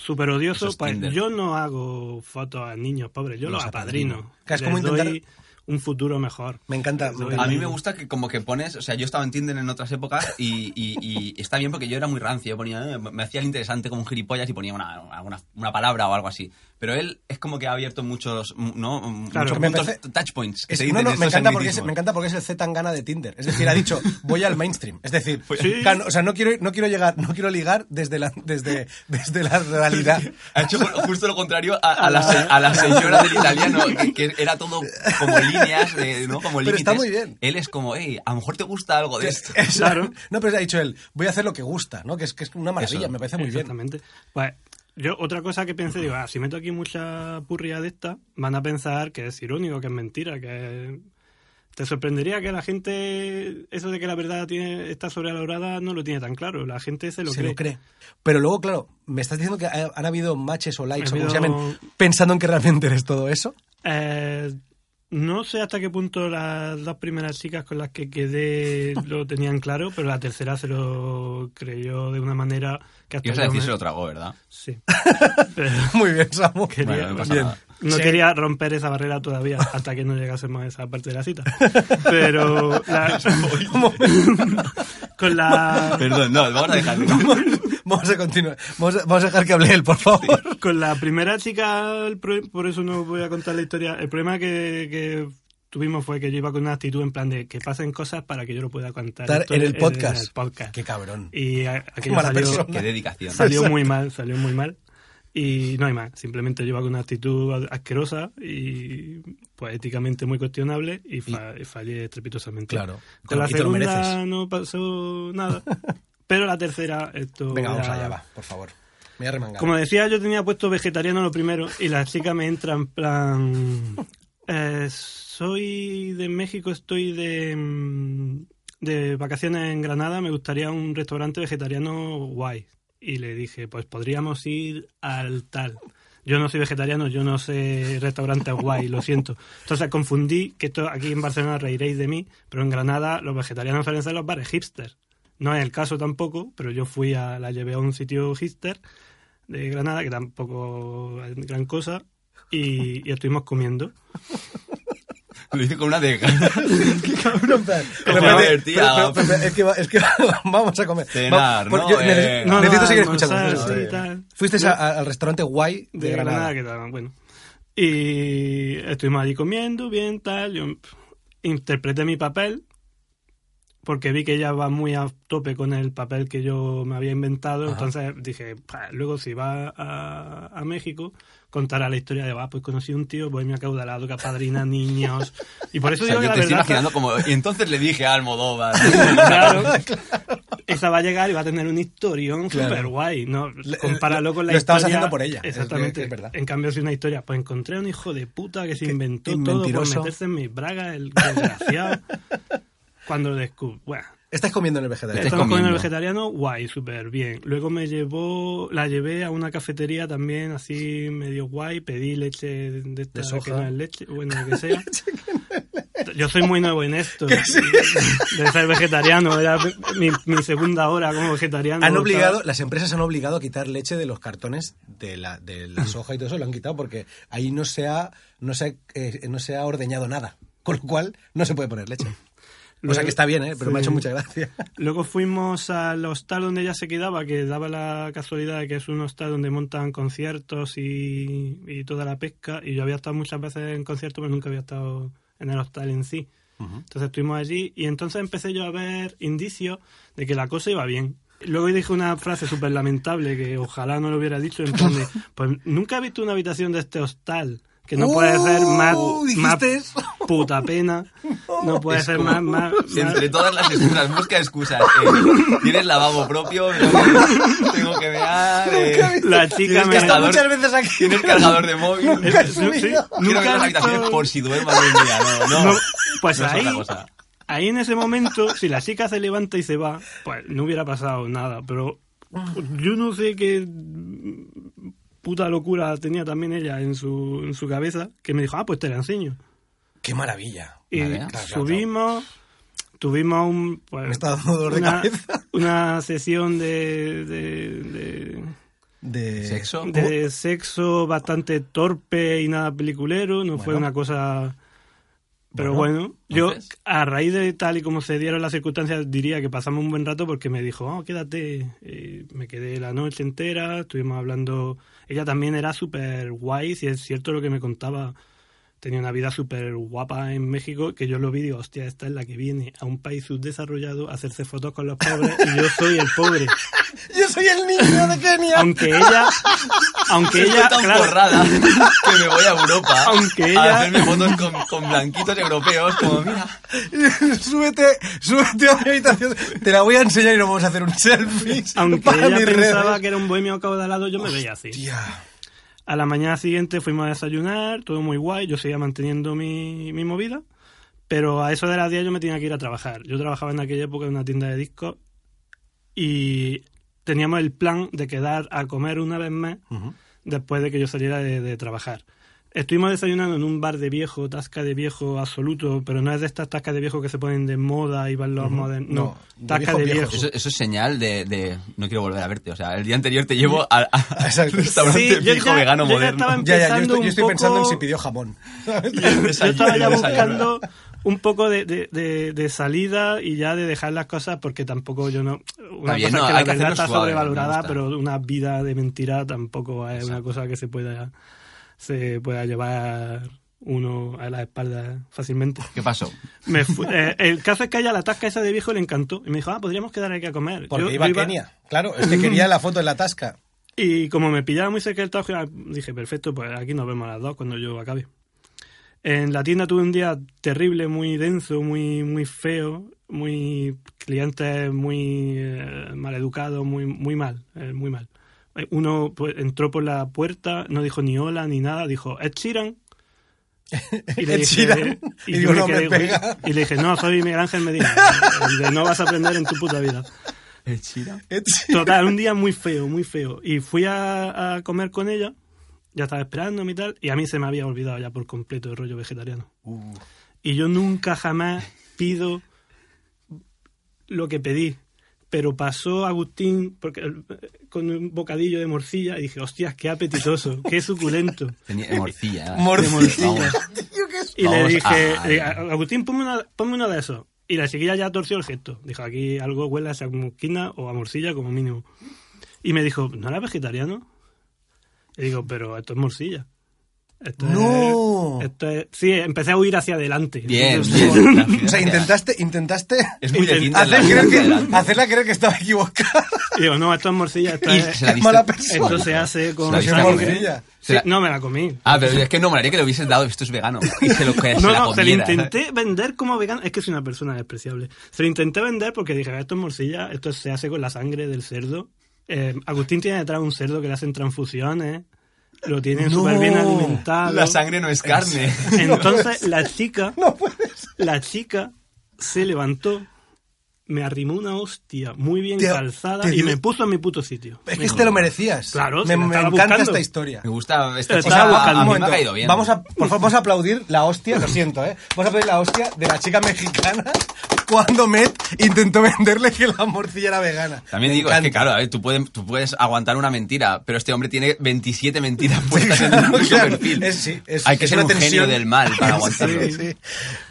Speaker 5: Súper odioso.
Speaker 2: Eso es
Speaker 5: pues,
Speaker 2: Tinder.
Speaker 5: yo no hago fotos a niños pobres, yo los,
Speaker 1: Los
Speaker 5: apadrino.
Speaker 1: apadrino. Que es
Speaker 5: Les
Speaker 1: como intentar-
Speaker 5: doy un futuro mejor.
Speaker 1: Me encanta. me
Speaker 5: Lo-
Speaker 1: encanta.
Speaker 2: A mí me gusta que como que pones, o sea, yo estaba en Tinder en otras épocas y, y- y está bien porque yo era muy rancio, yo ponía, eh, me hacía el interesante como un gilipollas y ponía una, alguna- una palabra o algo así. Pero él es como que ha abierto muchos, ¿no?
Speaker 5: Claro,
Speaker 2: muchos
Speaker 1: me
Speaker 2: puntos,
Speaker 1: parece-
Speaker 2: touch points. que
Speaker 1: Es-
Speaker 2: se
Speaker 1: no,
Speaker 2: dicen,
Speaker 1: no,
Speaker 2: esto
Speaker 1: me
Speaker 2: es
Speaker 1: encanta, porque es,
Speaker 2: anglicismo.
Speaker 1: me encanta porque es el Z Tangana de Tinder. Es decir, ha dicho, voy al mainstream. Es decir,
Speaker 5: Sí.
Speaker 1: claro, o sea, no quiero, no quiero llegar, no quiero ligar desde la, desde, desde la realidad.
Speaker 2: Ha hecho ju- justo lo contrario a, a la, se- a la señora del italiano, que, que era todo como líneas, de- ¿no? Como
Speaker 1: Pero está
Speaker 2: límites.
Speaker 1: muy bien.
Speaker 2: Él es como, hey, a lo mejor te gusta algo de esto.
Speaker 1: Es-
Speaker 5: Claro.
Speaker 1: No, pero ha dicho él, voy a hacer lo que gusta, ¿no? Que es, que es una maravilla,
Speaker 2: Eso,
Speaker 1: me parece muy bien.
Speaker 5: Exactamente. Pues yo otra cosa que pensé, digo, ah, si meto aquí mucha purria de esta, van a pensar que es irónico, que es mentira, que te sorprendería que la gente, eso de que la verdad tiene, está sobrevalorada, no lo tiene tan claro. La gente se lo
Speaker 1: se
Speaker 5: cree.
Speaker 1: lo cree. Pero luego, claro, me estás diciendo que ha- han habido matches o likes
Speaker 5: Ha
Speaker 1: o como se
Speaker 5: habido-
Speaker 1: llamen, pensando en que realmente eres todo eso.
Speaker 5: Eh, no sé hasta qué punto las dos primeras chicas con las que quedé lo tenían claro, pero la tercera se lo creyó de una manera que hasta
Speaker 2: Ibas a
Speaker 5: yo
Speaker 2: decir,
Speaker 5: me-
Speaker 2: se lo tragó, ¿verdad?
Speaker 5: Sí.
Speaker 1: Muy bien, Samu.
Speaker 5: Quería-
Speaker 2: Bueno, no pasa
Speaker 1: bien.
Speaker 2: nada.
Speaker 5: No
Speaker 1: Sí.
Speaker 5: quería romper esa barrera todavía hasta que no llegásemos a esa parte de la cita. Pero la- con la
Speaker 2: Perdón, no, vamos a dejarlo.
Speaker 1: Vamos a continuar. Vamos a, vamos a dejar que hable él, por favor.
Speaker 5: con la primera chica, el pro- por eso no voy a contar la historia. El problema que, que tuvimos fue que yo iba con una actitud en plan de que pasen cosas para que yo lo pueda contar
Speaker 1: Estar
Speaker 5: esto
Speaker 1: en el
Speaker 5: En el
Speaker 1: podcast.
Speaker 5: podcast.
Speaker 1: Qué cabrón.
Speaker 5: Y a- aquello
Speaker 1: mala
Speaker 5: salió,
Speaker 1: persona.
Speaker 2: Qué dedicación.
Speaker 5: salió muy mal, salió muy mal. Y no hay más, simplemente lleva con una actitud a- asquerosa y pues éticamente muy cuestionable y, fa- fallé estrepitosamente.
Speaker 1: Claro.
Speaker 5: Con la
Speaker 1: Y te lo
Speaker 5: segunda
Speaker 1: mereces.
Speaker 5: no pasó nada, pero la tercera esto...
Speaker 1: Venga, vamos
Speaker 5: era-
Speaker 1: allá, va, por favor. Me voy a remangar.
Speaker 5: Como decía, yo tenía puesto vegetariano lo primero y la chica me entra en plan... eh, soy de México, estoy de, mm, de vacaciones en Granada, me gustaría un restaurante vegetariano guay. Y le dije, pues podríamos ir al tal. Yo no soy vegetariano, yo no sé restaurantes guay, lo siento. Entonces confundí que esto aquí en Barcelona reiréis de mí, pero en Granada los vegetarianos suelen ser los bares hipster. No es el caso tampoco, pero yo fui a la llevé a un sitio hipster de Granada, que tampoco es gran cosa, y, y estuvimos comiendo.
Speaker 2: Lo hice con una desgana.
Speaker 1: cabrón, plan.
Speaker 2: Como
Speaker 1: Espérate,
Speaker 2: a ver, tío.
Speaker 1: pero- pero- pero- es que, va- es que va- vamos a comer.
Speaker 2: Cenar,
Speaker 1: Va- por-
Speaker 2: ¿no?
Speaker 1: yo necesi-
Speaker 2: Eh, No,
Speaker 1: necesito seguir
Speaker 5: almorzar,
Speaker 1: escuchando.
Speaker 5: sí,
Speaker 1: Joder.
Speaker 5: tal.
Speaker 1: Fuisteis
Speaker 5: No,
Speaker 1: a- a- al restaurante guay
Speaker 5: de Granada, que tal, bueno. Y estuvimos allí comiendo, bien, tal. Yo pff, interpreté mi papel porque vi que ella va muy a tope con el papel que yo me había inventado. Entonces dije, "Pah, luego si va a, a México, contará la historia de, va, pues conocí a un tío, voy mi acaudalado, que apadrina niños. Y por eso
Speaker 2: O sea,
Speaker 5: digo
Speaker 2: yo
Speaker 5: que
Speaker 2: te
Speaker 5: la
Speaker 2: estoy
Speaker 5: verdad...
Speaker 2: imaginando como. Y entonces le dije a Almodóvar.
Speaker 5: Claro. Esa va a llegar y va a tener un historión
Speaker 1: Claro.
Speaker 5: super guay. ¿no?
Speaker 1: Le-
Speaker 5: Compáralo
Speaker 1: lo-
Speaker 5: con la
Speaker 1: lo
Speaker 5: historia.
Speaker 1: estabas haciendo por ella, es-
Speaker 5: Exactamente.
Speaker 1: es verdad.
Speaker 5: En cambio, si una historia, pues encontré a un hijo de puta que se
Speaker 1: Que-
Speaker 5: inventó
Speaker 1: que
Speaker 5: todo
Speaker 1: mentiroso.
Speaker 5: por meterse en mis bragas, el desgraciado. Cuando descubrí. Bueno,
Speaker 1: Estáis comiendo en el vegetariano.
Speaker 5: estamos comiendo
Speaker 2: comiendo.
Speaker 5: el vegetariano, guay, súper bien. Luego me llevó, la llevé a una cafetería también, así medio guay. Pedí leche de esta
Speaker 1: De soja.
Speaker 5: que no es leche, bueno, lo que sea. Yo soy muy nuevo en esto. De ser vegetariano, era mi, mi segunda hora como vegetariano.
Speaker 1: Han
Speaker 5: ¿sabes?
Speaker 1: obligado, las empresas han obligado a quitar leche de los cartones de la, de la soja y todo eso, lo han quitado porque ahí no se ha, no se ha, eh, no se ha ordeñado nada, con lo cual no se puede poner leche. O sea que está bien, ¿eh? pero me ha hecho
Speaker 5: Sí.
Speaker 1: mucha gracia.
Speaker 5: Luego fuimos al hostal donde ella se quedaba, que daba la casualidad de que es un hostal donde montan conciertos y, y toda la pesca. Y yo había estado muchas veces en conciertos, pero nunca había estado en el hostal en sí. Entonces estuvimos allí y entonces empecé yo a ver indicios de que la cosa iba bien. Luego dije una frase súper lamentable que ojalá no lo hubiera dicho, en plan de, pues nunca he visto una habitación de este hostal, que no puede ser más,
Speaker 1: ¡Uh! ¿Dijiste
Speaker 5: más
Speaker 1: eso?
Speaker 5: puta pena, no puede ser más, más, más-
Speaker 2: Entre todas las excusas, busca excusas. eh, Tienes lavabo propio, tengo que mear. eh,
Speaker 1: Nunca he visto
Speaker 5: la chica
Speaker 1: Tienes que
Speaker 5: me...
Speaker 1: estar muchas veces aquí.
Speaker 2: Tienes cargador de móvil.
Speaker 1: Nunca has
Speaker 5: Sí, sí.
Speaker 1: subido.
Speaker 2: Quiero ver
Speaker 5: Nunca
Speaker 2: las
Speaker 5: he
Speaker 2: habitaciones
Speaker 5: visto-
Speaker 2: por si duermo algún día. No, no.
Speaker 5: No, pues
Speaker 2: No es
Speaker 5: ahí,
Speaker 2: otra cosa.
Speaker 5: ahí en ese momento, si la chica se levanta y se va, pues no hubiera pasado nada. Pero yo no sé qué puta locura tenía también ella en su, en su cabeza, que me dijo, ah, pues te la enseño.
Speaker 1: Qué maravilla.
Speaker 5: Y
Speaker 2: Vale, claro,
Speaker 1: claro,
Speaker 5: subimos, tuvimos un, pues,
Speaker 1: Me está dando dolor de
Speaker 5: una,
Speaker 1: cabeza.
Speaker 5: una sesión de- de- de
Speaker 1: De...
Speaker 2: Sexo.
Speaker 5: de sexo bastante torpe y nada peliculero, no fue
Speaker 1: Bueno.
Speaker 5: una cosa... Pero
Speaker 2: Bueno,
Speaker 5: bueno, yo
Speaker 2: entonces.
Speaker 5: a raíz de tal y como se dieron las circunstancias diría que pasamos un buen rato porque me dijo, oh, quédate, Eh, me quedé la noche entera, estuvimos hablando, ella también era súper guay, si es cierto lo que me contaba, tenía una vida súper guapa en México, que yo lo vi y digo, hostia, esta es la que viene a un país subdesarrollado a hacerse fotos con los pobres y yo soy el pobre,
Speaker 1: Yo soy el niño de Kenia.
Speaker 5: aunque ella, aunque ella,
Speaker 2: tan
Speaker 5: claro,
Speaker 2: forrada que me voy a Europa
Speaker 5: Aunque
Speaker 2: a
Speaker 5: ella-
Speaker 2: hacerme fotos con, con blanquitos europeos como mira
Speaker 1: súbete, súbete a mi habitación. Te la voy a enseñar y nos vamos a hacer un selfie.
Speaker 5: Aunque
Speaker 1: para
Speaker 5: ella
Speaker 1: mis
Speaker 5: pensaba
Speaker 1: redes.
Speaker 5: que era un bohemio acaudalado, yo me veía así.
Speaker 1: Tía,
Speaker 5: A la mañana siguiente fuimos a desayunar, todo muy guay, yo seguía manteniendo mi, mi movida, pero a eso de las 10 yo me tenía que ir a trabajar. Yo trabajaba en aquella época en una tienda de discos y teníamos el plan de quedar a comer una vez más después de que yo saliera de, de trabajar. Estuvimos desayunando en un bar de viejo, tasca de viejo absoluto, pero no es de estas tascas de viejo que se ponen de moda y van los modernos. No,
Speaker 1: No, de
Speaker 5: tasca
Speaker 1: viejo,
Speaker 5: de
Speaker 1: viejo.
Speaker 5: viejo.
Speaker 2: eso, eso es señal de, de no quiero volver a verte o sea el día anterior te llevo al a- al restaurante
Speaker 5: Sí, yo ya-
Speaker 2: fijo vegano
Speaker 5: yo ya
Speaker 2: moderno
Speaker 5: estaba en-
Speaker 1: ya, ya, yo
Speaker 5: Empezando
Speaker 1: estoy, yo
Speaker 5: un
Speaker 1: estoy pensando en
Speaker 5: poco-
Speaker 1: si pidió jamón.
Speaker 5: yo estaba ya
Speaker 2: Desayuno, desayuno.
Speaker 5: buscando un poco de, de- de- de salida y ya de dejar las cosas porque tampoco yo no una
Speaker 2: bien,
Speaker 5: cosa
Speaker 2: no,
Speaker 5: es que la
Speaker 2: hay que
Speaker 5: verdad
Speaker 2: hacerlo
Speaker 5: está
Speaker 2: suave, me
Speaker 5: sobrevalorada
Speaker 2: gusta.
Speaker 5: pero una vida de mentira tampoco es una cosa que se pueda se pueda llevar uno a las espaldas fácilmente
Speaker 2: qué pasó
Speaker 5: Me fu- eh, el caso es que a ella la tasca esa de viejo le encantó y me dijo ah podríamos quedar aquí a comer
Speaker 1: Porque
Speaker 5: Yo-
Speaker 1: iba a
Speaker 5: yo iba-
Speaker 1: Kenia. Claro, es que quería la foto en la tasca.
Speaker 5: y como me pillaba muy cerca del trabajo, ya dije, perfecto, pues aquí nos vemos a las dos cuando yo acabe. En la tienda tuve un día terrible, muy denso, muy, muy feo, muy clientes muy eh, maleducados, muy, muy mal, eh, muy mal. Eh, Uno pues, entró por la puerta, no dijo ni hola ni nada, dijo, ¿es Chiran? Y
Speaker 1: Ed Sheeran.
Speaker 5: y,
Speaker 1: Y digo,
Speaker 5: yo me
Speaker 1: "No me
Speaker 5: quedé, "Uy".
Speaker 1: pega".
Speaker 5: y le dije, no, soy Miguel Ángel Medina, el de no vas a aprender en tu puta vida.
Speaker 2: el chira
Speaker 5: Total, un día muy feo, muy feo. Y fui a, a comer con ella, ya estaba esperándome y tal, y a mí se me había olvidado ya por completo el rollo vegetariano. Y yo nunca jamás pido lo que pedí. Pero pasó Agustín porque, eh, con un bocadillo de morcilla y dije, hostias, qué apetitoso, qué suculento.
Speaker 2: tenía morcilla
Speaker 1: Morcilla.
Speaker 2: Vamos.
Speaker 5: Y le
Speaker 2: Vamos
Speaker 5: dije,
Speaker 2: a-
Speaker 5: le dije, Agustín, ponme una, ponme una de esos. Y la chiquilla ya torció el gesto. Dijo, aquí algo huele a samusquina o a morcilla como mínimo. Y me dijo, ¿no era vegetariano? Y digo, pero esto es morcilla. Esto
Speaker 1: ¡No!
Speaker 5: Es, esto es- sí, empecé a huir hacia adelante.
Speaker 2: bien
Speaker 5: Entonces,
Speaker 2: bien
Speaker 1: O sea, intentaste, intentaste
Speaker 2: es muy de
Speaker 5: Intent-
Speaker 2: Tinder, la
Speaker 1: hacer creer
Speaker 2: gente
Speaker 1: que-
Speaker 2: adelante.
Speaker 1: hacerla creer que estaba equivocada.
Speaker 5: digo, no, esto es morcilla. Esto
Speaker 2: Y
Speaker 5: es-
Speaker 2: se la diste-
Speaker 1: mala persona.
Speaker 5: esto se hace con...
Speaker 2: Se la
Speaker 1: Es
Speaker 2: viste
Speaker 1: una
Speaker 2: comer.
Speaker 1: morcilla.
Speaker 5: Sí,
Speaker 2: Se la-
Speaker 5: no, me la comí.
Speaker 2: ah pero es que no molaría que le hubieses dado esto es vegano y se lo que se
Speaker 5: No,
Speaker 2: la
Speaker 5: no, se le
Speaker 2: comiera.
Speaker 5: intenté vender como vegano. Es que soy una persona despreciable. Se le intenté vender porque dije, "Ah, esto es morcilla, esto se hace con la sangre del cerdo. Eh, Agustín tiene detrás un cerdo que le hacen transfusiones, lo tienen
Speaker 1: No,
Speaker 5: súper bien alimentado.
Speaker 2: la sangre no es carne
Speaker 5: Entonces la chica,
Speaker 1: No puedes.
Speaker 5: la chica se levantó, me arrimó una hostia muy bien
Speaker 1: Te-
Speaker 5: calzada
Speaker 1: te-
Speaker 5: y me puso en mi puto sitio.
Speaker 1: Es que este lo merecías.
Speaker 5: Claro,
Speaker 1: me,
Speaker 5: se la
Speaker 1: me
Speaker 5: estaba
Speaker 1: encanta
Speaker 5: buscando.
Speaker 1: esta historia. ah,
Speaker 2: me gusta esta
Speaker 5: Pero
Speaker 2: chica
Speaker 5: estaba
Speaker 2: a
Speaker 5: buscando-
Speaker 1: Un
Speaker 2: mí me ha
Speaker 1: momento.
Speaker 2: caído bien
Speaker 1: Vamos a, por favor, vamos a aplaudir la hostia, lo siento, ¿eh? Vamos a aplaudir la hostia de la chica mexicana cuando Met intentó venderle que la morcilla era vegana.
Speaker 2: También
Speaker 1: Me
Speaker 2: digo, es que
Speaker 1: encanta.
Speaker 2: claro, a ver, tú, puedes, tú puedes aguantar una mentira, pero este hombre tiene 27 mentiras puestas en
Speaker 1: claro,
Speaker 2: su
Speaker 1: claro.
Speaker 2: perfil.
Speaker 1: Es- sí, es-
Speaker 2: Hay que
Speaker 1: es
Speaker 2: ser
Speaker 1: una
Speaker 2: un genio
Speaker 1: tensión.
Speaker 2: del mal para aguantarlo.
Speaker 1: Sí,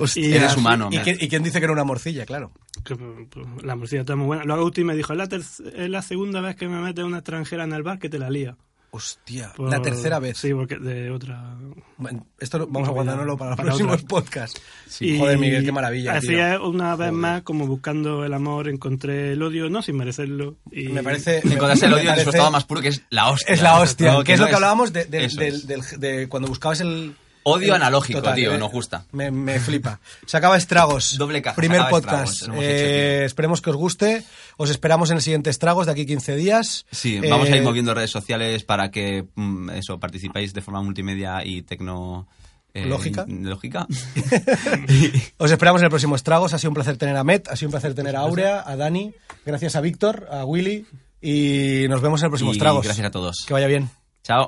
Speaker 1: sí.
Speaker 5: Y
Speaker 2: Eres
Speaker 5: así-
Speaker 2: humano,
Speaker 1: ¿Y,
Speaker 2: man.
Speaker 1: quién, y quién dice que era una morcilla? Claro.
Speaker 5: que, pues, la morcilla está muy buena. Luego Agustín me dijo, es la, terc- es la segunda vez que me mete una extranjera en el bar que te la lía.
Speaker 1: Hostia,
Speaker 5: Por-
Speaker 1: la tercera vez.
Speaker 5: pues, Sí, porque de otra.
Speaker 1: Bueno, Esto lo- vamos a
Speaker 5: Para
Speaker 1: guardárnoslo para los
Speaker 5: otra.
Speaker 1: próximos podcasts. Joder, Miguel, qué maravilla.
Speaker 5: Así
Speaker 1: tío.
Speaker 5: es, una vez más, como buscando el amor, encontré el odio, no sin merecerlo. Y
Speaker 1: Me parece. me-
Speaker 2: Encontrarse el
Speaker 1: me
Speaker 2: odio en su
Speaker 1: parece-
Speaker 2: estado más puro, que es la hostia.
Speaker 1: Es la hostia,
Speaker 2: No,
Speaker 1: que es
Speaker 2: no
Speaker 1: lo que hablábamos de, de-
Speaker 2: Eso
Speaker 1: del-
Speaker 2: es.
Speaker 1: del- de cuando buscabas el.
Speaker 2: Odio analógico,
Speaker 1: Total,
Speaker 2: tío,
Speaker 1: eh,
Speaker 2: nos gusta.
Speaker 1: Me, me flipa. Se acaba Estragos.
Speaker 2: Doble caja,
Speaker 1: Primer
Speaker 2: se acaba
Speaker 1: podcast.
Speaker 2: Estragos, lo hemos
Speaker 1: Eh,
Speaker 2: hecho, tío.
Speaker 1: esperemos que os guste. Os esperamos en el siguiente Estragos de aquí 15 días.
Speaker 2: Sí, vamos a
Speaker 1: Eh,
Speaker 2: ir moviendo redes sociales para que mm, eso participéis de forma multimedia y tecno eh,
Speaker 1: Lógica.
Speaker 2: lógica.
Speaker 1: Os esperamos en el próximo Estragos. Ha sido un placer tener a Met, ha sido un placer tener a Aurea, a Dani. Gracias a Víctor, a Willy. Y nos vemos en el próximo
Speaker 2: Y
Speaker 1: Estragos.
Speaker 2: gracias a todos.
Speaker 1: Que vaya bien.
Speaker 2: Chao.